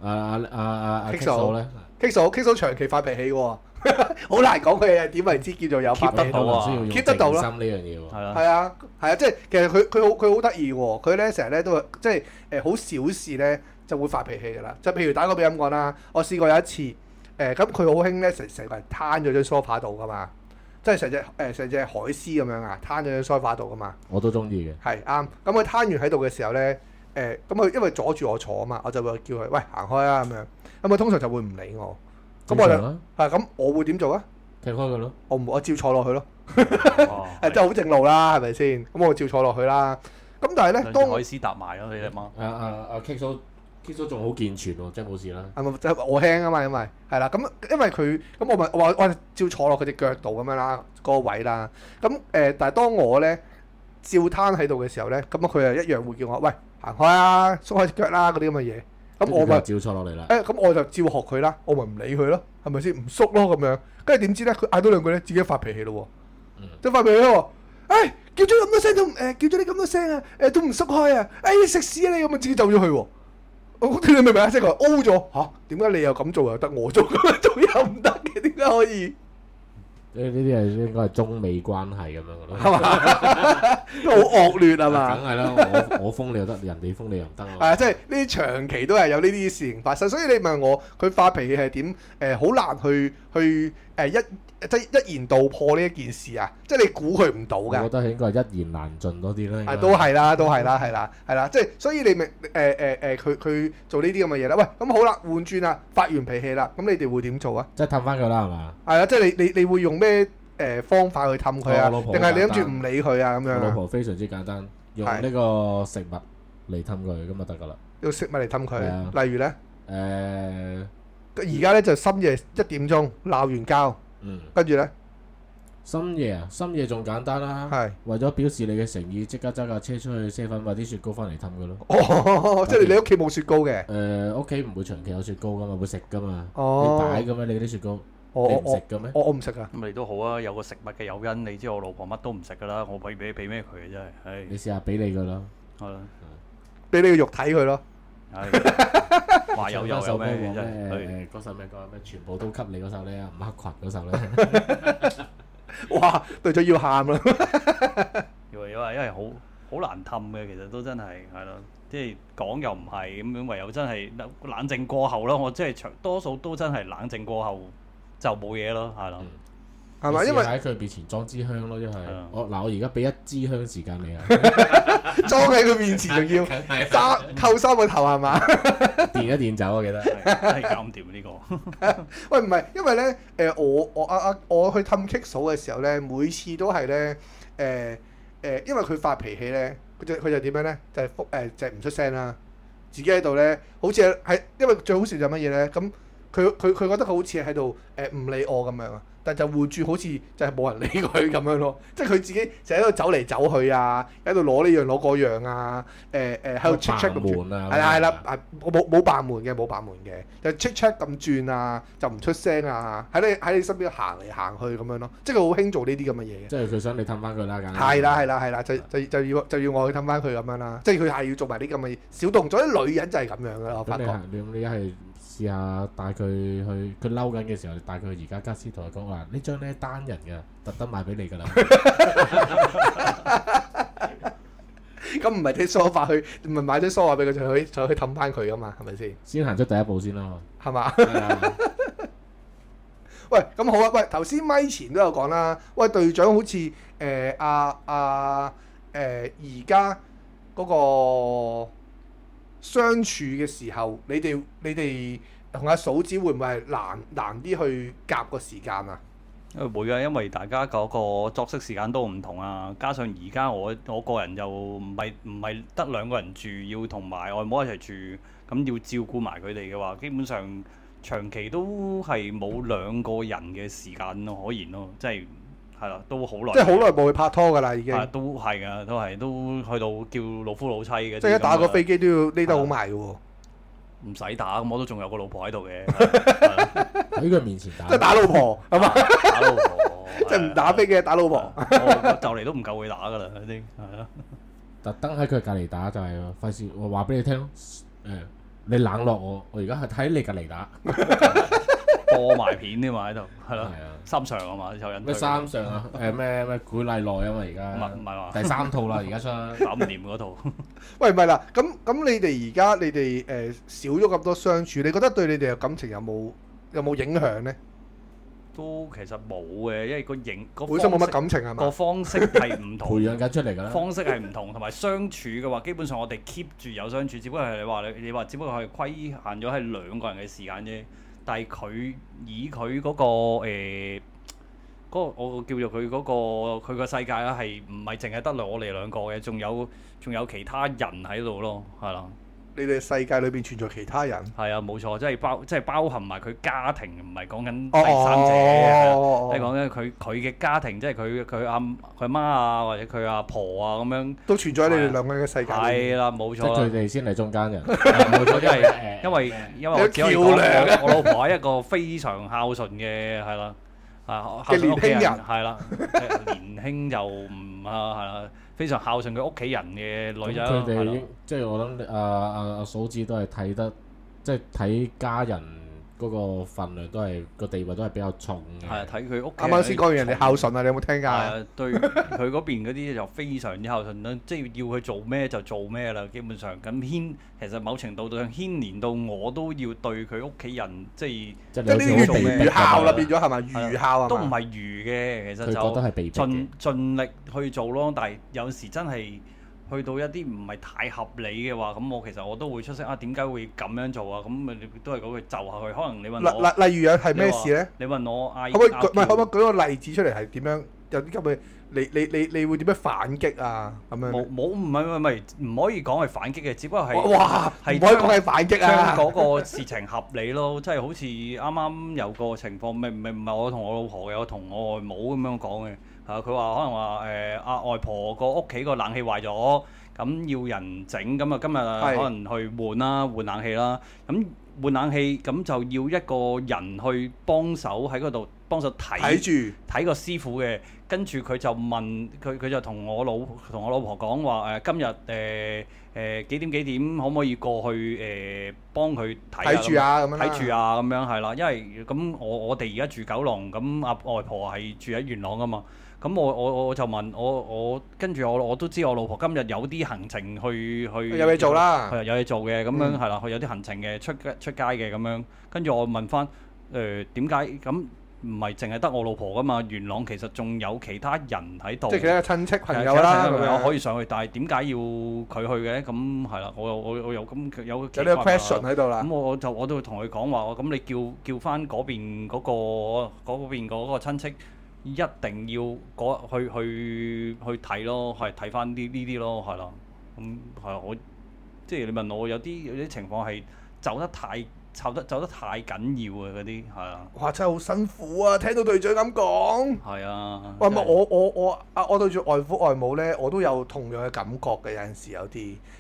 S2: 啊啊啊啊啊
S1: Kick
S2: ！Kick
S1: 嫂
S2: 嫂咧？
S1: ！K 嫂，K 嫂長期發脾氣喎， 好難講佢係點為之叫做有發脾
S2: Ờ,
S3: Keep Ờ. 得
S1: 氣。
S3: 到啊
S2: 需要用
S1: Keep 得到
S2: 靜
S1: 啦
S2: 心呢樣嘢喎。
S3: 係啦
S1: 係。啊，係啊，即係其實佢佢好佢好得意喎，佢咧成日咧都即係誒好小事咧就會發脾氣㗎啦。就譬如打個比咁講啦，我試過有一次誒咁佢好興咧成成個人攤咗張 sofa 度㗎嘛，即係成隻誒成隻海獅咁樣啊，攤咗張 sofa 度㗎嘛。
S2: 我都中意嘅。
S1: 係啱。咁佢攤完喺度嘅時候咧，誒咁佢因為阻住我坐啊嘛，我就會叫佢喂行開啊咁樣。咁佢通常就會唔理我。咁我就
S2: 正常啊
S1: 係咁，我會點做啊？
S2: 踢開佢咯。
S1: 我唔我照坐落去咯，
S3: 哇
S1: 誒真係好正路啦，係咪先？咁我照坐落去啦。咁但係咧，
S3: 兩隻
S1: 當
S3: 海獅搭埋咯，你阿媽。
S2: 啊啊啊 k i k o k i k o 仲好健全喎，真係冇事啦。
S1: 係咪就係我輕啊嘛？因為係啦，咁因為佢咁我咪我話我照坐落佢只腳度咁樣啦，嗰、個位啦。咁誒、呃但係當我咧照攤喺度嘅時候咧，咁啊佢又一樣會叫我喂行開啊，縮開只腳啦嗰啲咁嘅嘢。咁我
S2: 跟住佢
S1: 咪
S2: 就照錯落嚟啦。
S1: 哎誒咁我就照學佢啦，我咪唔理佢咯，係咪先唔縮咯咁樣？跟住點知咧，佢嗌多兩句咧，自己發脾氣咯
S2: 嗯
S1: 喎，即係發脾氣咯喎，誒叫咗咁多聲都唔誒、叫咗你咁多聲啊，誒、都唔縮開啊，誒、你食屎啊你咁啊，自己走咗去喎。我你明唔明啊？即係佢 O 咗吓，點解你又咁做又得，我做咁樣做又唔得嘅？點解可以？
S2: 呢呢啲係應該係中美關係咁樣嘅 咯。
S1: 係嘛？因 為好惡劣啊嘛
S2: 梗。係啦，我我封你又得，人哋封你又唔得
S1: 係啊，
S2: 喎。
S1: 即係呢啲長期都係有呢啲事情發生，所以你問我佢發脾氣係點？誒、好難去去誒、一即係一言道破呢一件事啊！即係你估佢唔到
S2: 我啊
S1: 㗎
S2: 覺。得應該係一言難盡多啲啦。應該
S1: 啊，都係啦，都係啦，係啦，係啦，即係所以你明誒誒誒，佢佢做呢啲咁嘅嘢啦。喂，咁好啦，換轉啦，發完脾氣啦，咁你哋會點做啊？
S2: 即係氹翻佢啦，係嘛？
S1: 係啊，即係你你你會用咩誒、方法去氹佢啊？
S2: 我老婆
S1: 定係你諗
S2: 好簡
S1: 住
S2: 單
S1: 唔理佢啊？咁
S2: 我
S1: 樣
S2: 老
S1: 啊
S2: 婆非常之簡單，用
S1: 係
S2: 呢個食物嚟氹佢，咁就得㗎啦。
S1: 用食物嚟氹
S2: 係啊
S1: 佢，例如咧，
S2: 誒，
S1: 而家咧就深夜一點鐘鬧完交，
S2: 嗯，
S1: 跟住咧
S2: 深夜啊，深夜仲簡單啦。
S1: 係。
S2: 為咗表示你嘅誠意，即刻揸架車出去啡粉買啲雪糕翻嚟氹佢咯。
S1: 哦，即係你屋企冇雪糕嘅。
S2: 誒，屋企唔會長期有雪糕噶嘛，會食噶嘛。
S1: 哦
S2: 你擺嘅咩？你嗰啲雪糕，
S1: 我
S2: 你
S1: 我
S2: 唔食
S1: 我
S2: 嘅咩？
S1: 我我唔食啊。
S3: 咁你都好啊，有個食物嘅誘因，你知我老婆乜都唔食噶啦，我俾俾俾咩佢嘅真係，唉，
S2: 你試下俾你噶啦。
S3: 係啦，
S1: 俾你個肉體佢咯。
S3: 唉，話啊有又
S2: 首
S3: 有
S2: 歌
S3: 咩
S2: 咩？
S3: 嘅真係，
S2: 誒嗰首咩歌？咩全部都給你嗰首咧，吳克群嗰首咧。
S1: 哇，對咗要喊啦。
S3: 因為因為因為好好難氹嘅，其實都真係係咯，即係講又唔係咁樣，唯有真係冷靜過後啦。我即係長多數都真係冷靜過後就冇嘢咯，係咯
S2: 嗯，
S1: 係咪？因為
S2: 喺佢面前裝支香咯，一係
S3: 係啊
S2: 我嗱，我而家俾一支香時 間你啊，
S1: 裝喺佢面前仲 要
S2: 係
S1: 三扣三個頭係嘛？
S2: 電一電走，我記得。
S3: 係真係搞唔掂呢個。
S1: 喂，唔係，因為咧，誒我我啊啊，我去氹 kick 數嘅時候咧，每次都係咧，誒誒，因為佢發脾氣咧，佢就佢就點樣咧，就係覆誒就係唔出聲啦，自己喺度咧，好似係因為最好笑就係乜嘢咧？咁佢佢佢覺得佢好似喺度誒唔理我咁樣啊，但就換住好似就係冇人理佢咁樣咯， 即係佢自己就喺度走嚟走去啊，喺度攞呢樣攞嗰樣啊，誒誒喺度 check check 咁轉
S2: 扮門啊，
S1: 係啦係啦，啊我冇冇扮門嘅冇扮門嘅，就 check check 咁轉啊，就唔出聲啊，喺你喺你身邊行嚟行去咁樣咯，即係佢好興做呢啲咁嘅嘢嘅。
S2: 即係佢想你氹翻佢啦，梗
S1: 係啦係啦係啦，就就就要就要我去氹翻佢咁樣啦，即係佢係要做埋啲咁嘅嘢小動作，啲女人就係咁樣噶啦，我
S2: 咁
S1: 發
S2: 你
S1: 覺。
S2: 行，你咁你一係試下帶佢去，佢嬲緊嘅時候，你帶佢去而家家私同佢講話，呢張咧單人嘅，特登買俾你㗎啦。
S1: 咁唔係啲梳化去，唔係買啲梳化俾佢，就去就去氹翻佢噶嘛，係咪先？
S2: 先行出第一步先啦。
S1: 係嘛？
S2: 係啊
S1: 喂，咁好啊！喂，頭先咪前都有講啦。喂，隊長好似呃誒阿阿誒啊而家嗰個相處嘅時候，你哋你哋同阿嫂子會唔會係難難啲去夾個時間啊？
S3: 誒會啊，因為大家嗰個作息時間都唔同啊，加上而家我我個人又唔係唔係得兩個人住，要同埋外母一齊住，咁要照顧埋佢哋嘅話，基本上長期都係冇兩個人嘅時間咯，可言咯，即係係啦，都好耐，
S1: 即係好耐冇去拍拖㗎啦，已經
S3: 係啊，都係噶，都係都去到叫老夫老妻嘅，
S1: 即係一打個飛機
S3: 飛
S1: 都要匿得好埋嘅喎，
S3: 啊唔使打，咁我都仲有個老婆喺 度嘅，係啦係啦
S2: 喺佢面前打
S1: 即係，打老婆係嘛？
S3: 打老婆，
S1: 即係唔打飛機打老
S3: 老
S1: 婆，
S3: 啊我就嚟都唔夠佢打㗎啦，嗰啲係啊。
S2: 特登喺佢隔離打就係費事，我話俾你聽，誒你冷落我，我而家係睇你隔離打。
S3: 播埋片添嘛喺度，係咯
S2: 係啊，
S3: 三上啊嘛，有人
S2: 咩三上啊？誒咩咩古麗奈啊嘛，而
S3: 唔係唔係
S2: 家
S3: 話
S2: 第三套啦，而家 出。
S3: 搞唔掂嗰套，
S1: 喂，唔係啦，咁咁你哋而家你哋誒、呃少咗咁多相處，你覺得對你哋嘅感情有冇有冇影響呢？
S3: 都其實冇嘅，因為個形個
S1: 本身冇乜
S3: 方
S1: 感啊
S3: 式
S1: 情係
S3: 個
S1: 嘛？
S3: 方式係唔
S2: 培
S3: 同，
S2: 養緊出嚟㗎啦，
S3: 方式係唔同，同埋相處嘅話，基本上我哋 keep 住有相處，只不過係你話你你話，只不過係規限咗係兩個人嘅時間啫。但係佢以佢嗰、個、呃、嗰、個我叫做佢嗰、個佢個世界啦，係唔係淨係得我哋兩個嘅，仲有仲有其他人喺度咯，係啦，
S1: 你哋世界裏邊存在其他人。
S3: 係啊，冇錯，即係包即係包含埋佢家庭，唔係講緊
S1: 哦
S3: 第三者係啊
S1: 哦
S3: 即係講緊佢佢嘅家庭，即係佢佢阿佢媽啊，或者佢阿婆啊咁樣，
S1: 都存在喺你哋兩個人嘅世界裏邊。
S3: 係啦，冇
S2: 即
S3: 錯
S2: 係佢
S3: 啦。啊
S2: 哋先係中間 人，冇錯，因 為
S3: 因為因為
S1: 有
S3: 我只可以講
S1: 橋梁
S3: 我我老婆係一個非常孝順嘅係啦，啊孝
S1: 嘅
S3: 順屋企
S1: 年輕人
S3: 係啦，年輕就唔啊係啦，非常孝順佢屋企人嘅女仔
S2: 咁
S3: 咯
S2: 佢
S3: 係
S2: 哋已
S3: 啦
S2: 經即係我諗，阿阿阿嫂子都係睇得，即係睇家人嗰個份量都係個地位都係比較重
S3: 係
S2: 嘅。
S3: 啊睇佢屋企
S1: 啱啱先講完人哋孝順啊，你有冇聽
S3: 係
S1: 㗎？
S3: 啊，對 佢嗰邊嗰啲就非常之孝順啦，即係要佢做咩就做咩啦，基本上咁牽其實某程度上牽連到我都要對佢屋企人即
S2: 即係
S1: 即係
S2: 你
S1: 呢啲
S2: 好似好
S1: 越
S3: 越
S1: 嚟
S2: 被
S1: 越
S2: 逼
S1: 孝啦，
S2: 咁樣
S1: 變咗係咪愚孝啊？
S3: 係都唔係愚嘅，其
S2: 佢
S3: 實
S2: 覺
S3: 就
S2: 得。係被逼
S3: 盡
S2: 嘅。
S3: 盡力去做咯，但係有時真係去到一啲唔係太合理嘅話，咁我其實我都會出聲啊，點解會咁樣做啊？咁咪你都係嗰句就下佢。可能你問我，
S1: 例例例如有係咩事咧？
S3: 你問我啊嗌，
S1: 可唔可以舉
S3: 嗌
S1: 唔係可唔可以舉個例子出嚟係點樣？有啲咁嘅你你你你會點樣反擊啊？咁樣
S3: 冇冇唔係唔係唔可以講係反擊嘅，只不過係
S1: 哇，唔可以
S3: 係
S1: 講係反擊
S3: 將
S1: 啊！
S3: 嗰個事情合理咯， 即係好似啱啱有個情況，咪咪唔係我同我老婆嘅，我同我外母咁樣講嘅，嚇佢話可能話誒阿外婆個屋企個冷氣壞咗，咁要人整，咁啊今
S1: 係
S3: 日可能去換啦，換冷氣啦，咁換冷氣咁就要一個人去幫手喺嗰度幫手睇
S1: 睇住
S3: 睇個師傅嘅，跟住佢就問佢佢就同我老同我老婆講話誒今日誒誒幾點幾點可唔可以過去誒、幫佢睇啊
S1: 睇住啊咁樣
S3: 咁
S1: 啦
S3: 睇住啊咁樣係啦，因為咁我我哋而家住九龍，咁阿外婆係住喺元朗噶嘛。咁我我我就問我我跟住我我都知我老婆今日有啲行程去去
S1: 有嘢做啦
S3: 係啊有嘢做嘅咁
S1: 嗯
S3: 樣係啦，佢有啲行程嘅出街出街嘅咁樣，跟住我問翻誒點解咁唔係淨係得我老婆噶嘛？元朗其實仲有其他人喺度，
S1: 即係其他嘅親戚朋友
S3: 係
S1: 啦，
S3: 啊
S1: 咁
S3: 其他
S1: 樣
S3: 人我可以上去，但係點解要佢去嘅？咁係啦，我有我有我有咁有
S1: 有
S3: 奇
S1: 呢個
S3: 怪
S1: question 喺度啦
S3: 咁。我我就我都會同佢講話，我咁你叫叫翻嗰邊嗰、個嗰邊嗰個親戚，一定要嗰去去去睇咯，係睇翻呢呢啲咯，係啦。咁係啊我即係你問我有啲有啲情況係走得太湊得走得太緊要嘅嗰啲係啊
S1: 哇！真係好辛苦啊！聽到隊長咁講。
S3: 係啊。
S1: 喂，唔
S3: 真
S1: 係
S3: 係
S1: 我我我啊！我對住外父外母咧，我都有同樣嘅感覺嘅。有陣時有啲，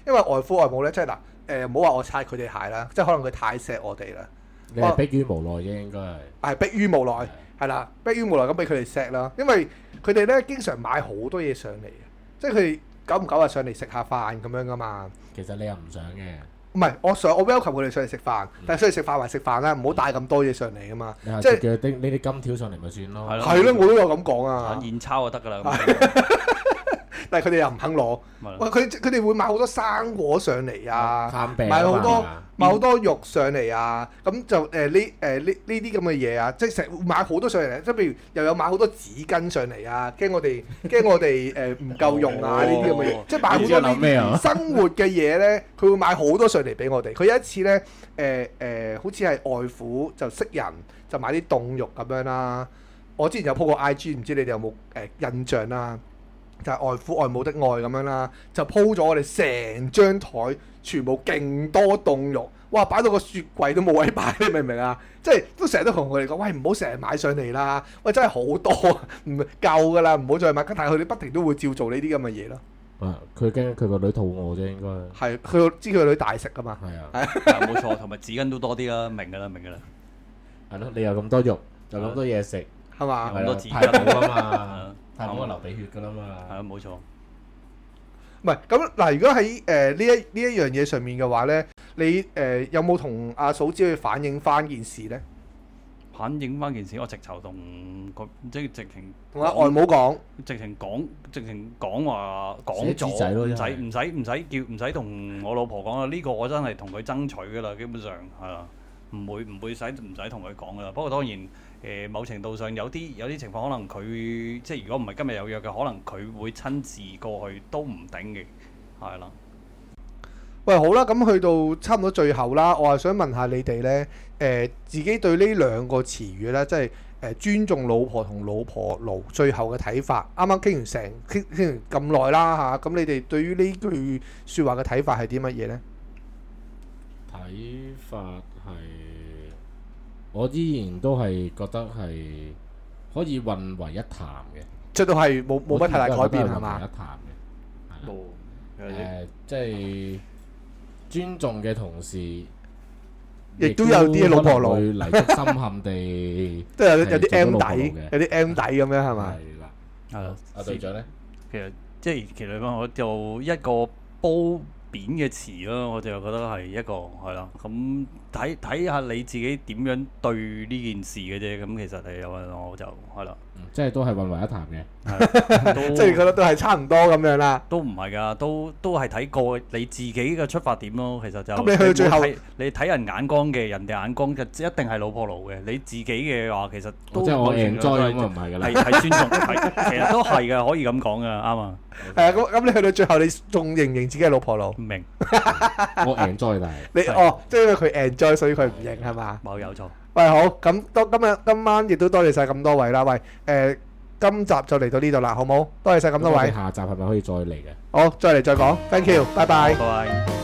S1: 因為外父外母咧，即係嗱誒，唔好話我擦佢哋鞋啦，即係可能佢太錫我哋啦，啊
S2: 你係逼於無奈啫，應該係。
S1: 係逼於無奈，係啦，逼於無奈咁俾佢哋錫啦。因為佢哋咧經常買好多嘢上嚟嘅，即係佢哋久唔久啊上嚟食下飯咁樣噶嘛。
S2: 其實你又唔想嘅，
S1: 唔係，我想我 welcome 佢哋上嚟食飯，但係上嚟食飯還食飯啦，唔好帶咁多嘢上嚟噶嘛。
S2: 你下
S1: 即
S2: 次
S1: 係
S2: 叫佢拎呢啲金條上嚟咪算咯。
S3: 係
S1: 係咯，我都有咁講啊
S3: 揾。現鈔就得 㗎啦。咁
S1: 但係佢哋又唔肯攞。
S3: 咪咯
S1: 喂，佢佢哋會買好多生果上嚟啊。
S2: 探病
S1: 買好多
S2: 啊
S1: 買好多肉上嚟啊，咁就誒呢誒呢呢啲咁嘅嘢啊，即係成日買好多上嚟，啊即係譬如又有買好多紙巾上嚟啊，驚我哋驚我哋誒唔夠用啊
S3: 哦
S1: 呢啲咁嘅嘢，即係買好
S2: 你知
S1: 多
S2: 我
S1: 呢
S2: 諗咩
S1: 啲
S2: 啊
S1: 生活嘅嘢咧，佢會買好多上嚟俾我哋。佢有一次咧誒誒，好似係外父就識人就買啲凍肉咁樣啦。我之前有 po 過 IG，唔知你哋有冇誒、呃印象啦？就係、外父外母的愛咁樣啦，就 po 咗我哋成張台，全部勁多凍肉，哇！擺到個雪櫃都冇位擺，你明唔明啊？即係都成日都同佢哋講，喂唔好成日買上嚟啦，喂真係好多啊，唔夠噶啦，唔好再買。但係佢哋不停都會照做呢啲咁嘅嘢咯。
S2: 啊佢驚佢個女肚餓啫，應該
S1: 係佢知佢女大食噶嘛，
S2: 係啊，
S3: 係冇錯，同埋紙巾都多啲啦，明㗎啦，明㗎啦。
S2: 係咯，你有咁多肉，有咁多嘢食，
S1: 係
S2: 啊
S1: 嘛？
S3: 咁多紙巾
S2: 太補啊嘛
S3: 啊，
S2: 太補啊流鼻血噶啦
S3: 係
S2: 嘛，
S3: 啊，冇錯。
S1: 唔係咁嗱，如果喺誒呢一呢一樣嘢上面嘅話咧，你誒、有冇同阿嫂子去反映翻件事咧？
S3: 反映翻件事，我直頭同佢即係直情
S1: 同阿外母講。
S3: 直情講，直情講話講
S2: 寫紙仔
S3: 咗，
S2: 咯
S3: 唔
S2: 真
S3: 使
S2: 係
S3: 唔使唔使叫唔使同我老婆講啦。呢、個我真係同佢爭取噶啦，基本上係啦，唔會唔會使唔使同佢講噶啦。不過當然誒、呃某程度上有啲有啲情況，可能佢即係如果唔係今日有約嘅，可能佢會親自過去都唔頂嘅，係啦。
S1: 喂，好啦，咁去到差唔多最後啦，我係想問下你哋呢，誒、自己對呢兩個詞語咧，即係誒、誒尊重老婆同老婆奴最後嘅睇法。啱啱傾完成傾傾完咁耐啦嚇，咁、你哋對於呢句説話嘅睇法係啲乜嘢呢？
S2: 睇法係，我依然都係覺得係可以混為一談嘅，
S1: 即係都係冇冇乜太大改變
S2: 我依然
S1: 係
S2: 都係混
S1: 嘛
S2: 為？一談嘅。
S3: 冇
S2: 誒、即係尊重嘅同時，
S1: 亦都有啲老婆佬，
S2: 可能會嚟得深陷地
S1: 即係有有啲
S2: 係做
S1: M
S2: 到老婆
S1: 底
S2: 奴嘅，
S1: 有啲 M 底咁樣 係嘛？
S2: 係啦。
S3: 係啦，
S2: 阿隊長咧，
S3: 其實即係其實我就一個褒貶嘅詞咯，我就覺得係一個係啦。咁睇睇下你自己點樣對呢件事嘅啫。咁其實係有我就係 啦，
S2: 嗯即係都係混為一談嘅。
S1: 即係
S3: 都
S1: 覺得都係差唔多咁樣啦。
S3: 都唔係㗎，都都係睇個你自己嘅出發點咯。其實就
S1: 咁你去到最後
S3: 冇睇你睇人眼光嘅，人哋眼光就一定係老婆奴嘅。你自己嘅話，其實
S2: 哦
S3: 都
S2: 即係我
S3: 可以
S2: enjoy
S3: 都係
S2: 咁啊，唔係㗎
S3: 係
S2: 啦。
S3: 係尊重，係其實都係嘅，可以咁講㗎，啱啊，
S1: 係啊，咁咁你去到最後，你仲認唔認自己係老婆奴？
S3: 唔明
S2: 我 enjoy 但係。
S1: 你
S3: 係
S1: 哦，即係因為佢 enjoy，所以佢唔認係嘛？
S3: 冇有錯。
S1: 喂，好，咁多今日今晚亦都多謝晒咁多位啦。喂，誒、今集就嚟到呢度啦，好冇？多謝晒咁多
S2: 我哋
S1: 位，
S2: 下集係咪可以再嚟嘅？
S1: 好，再嚟再講，thank you，拜拜。
S3: 拜拜。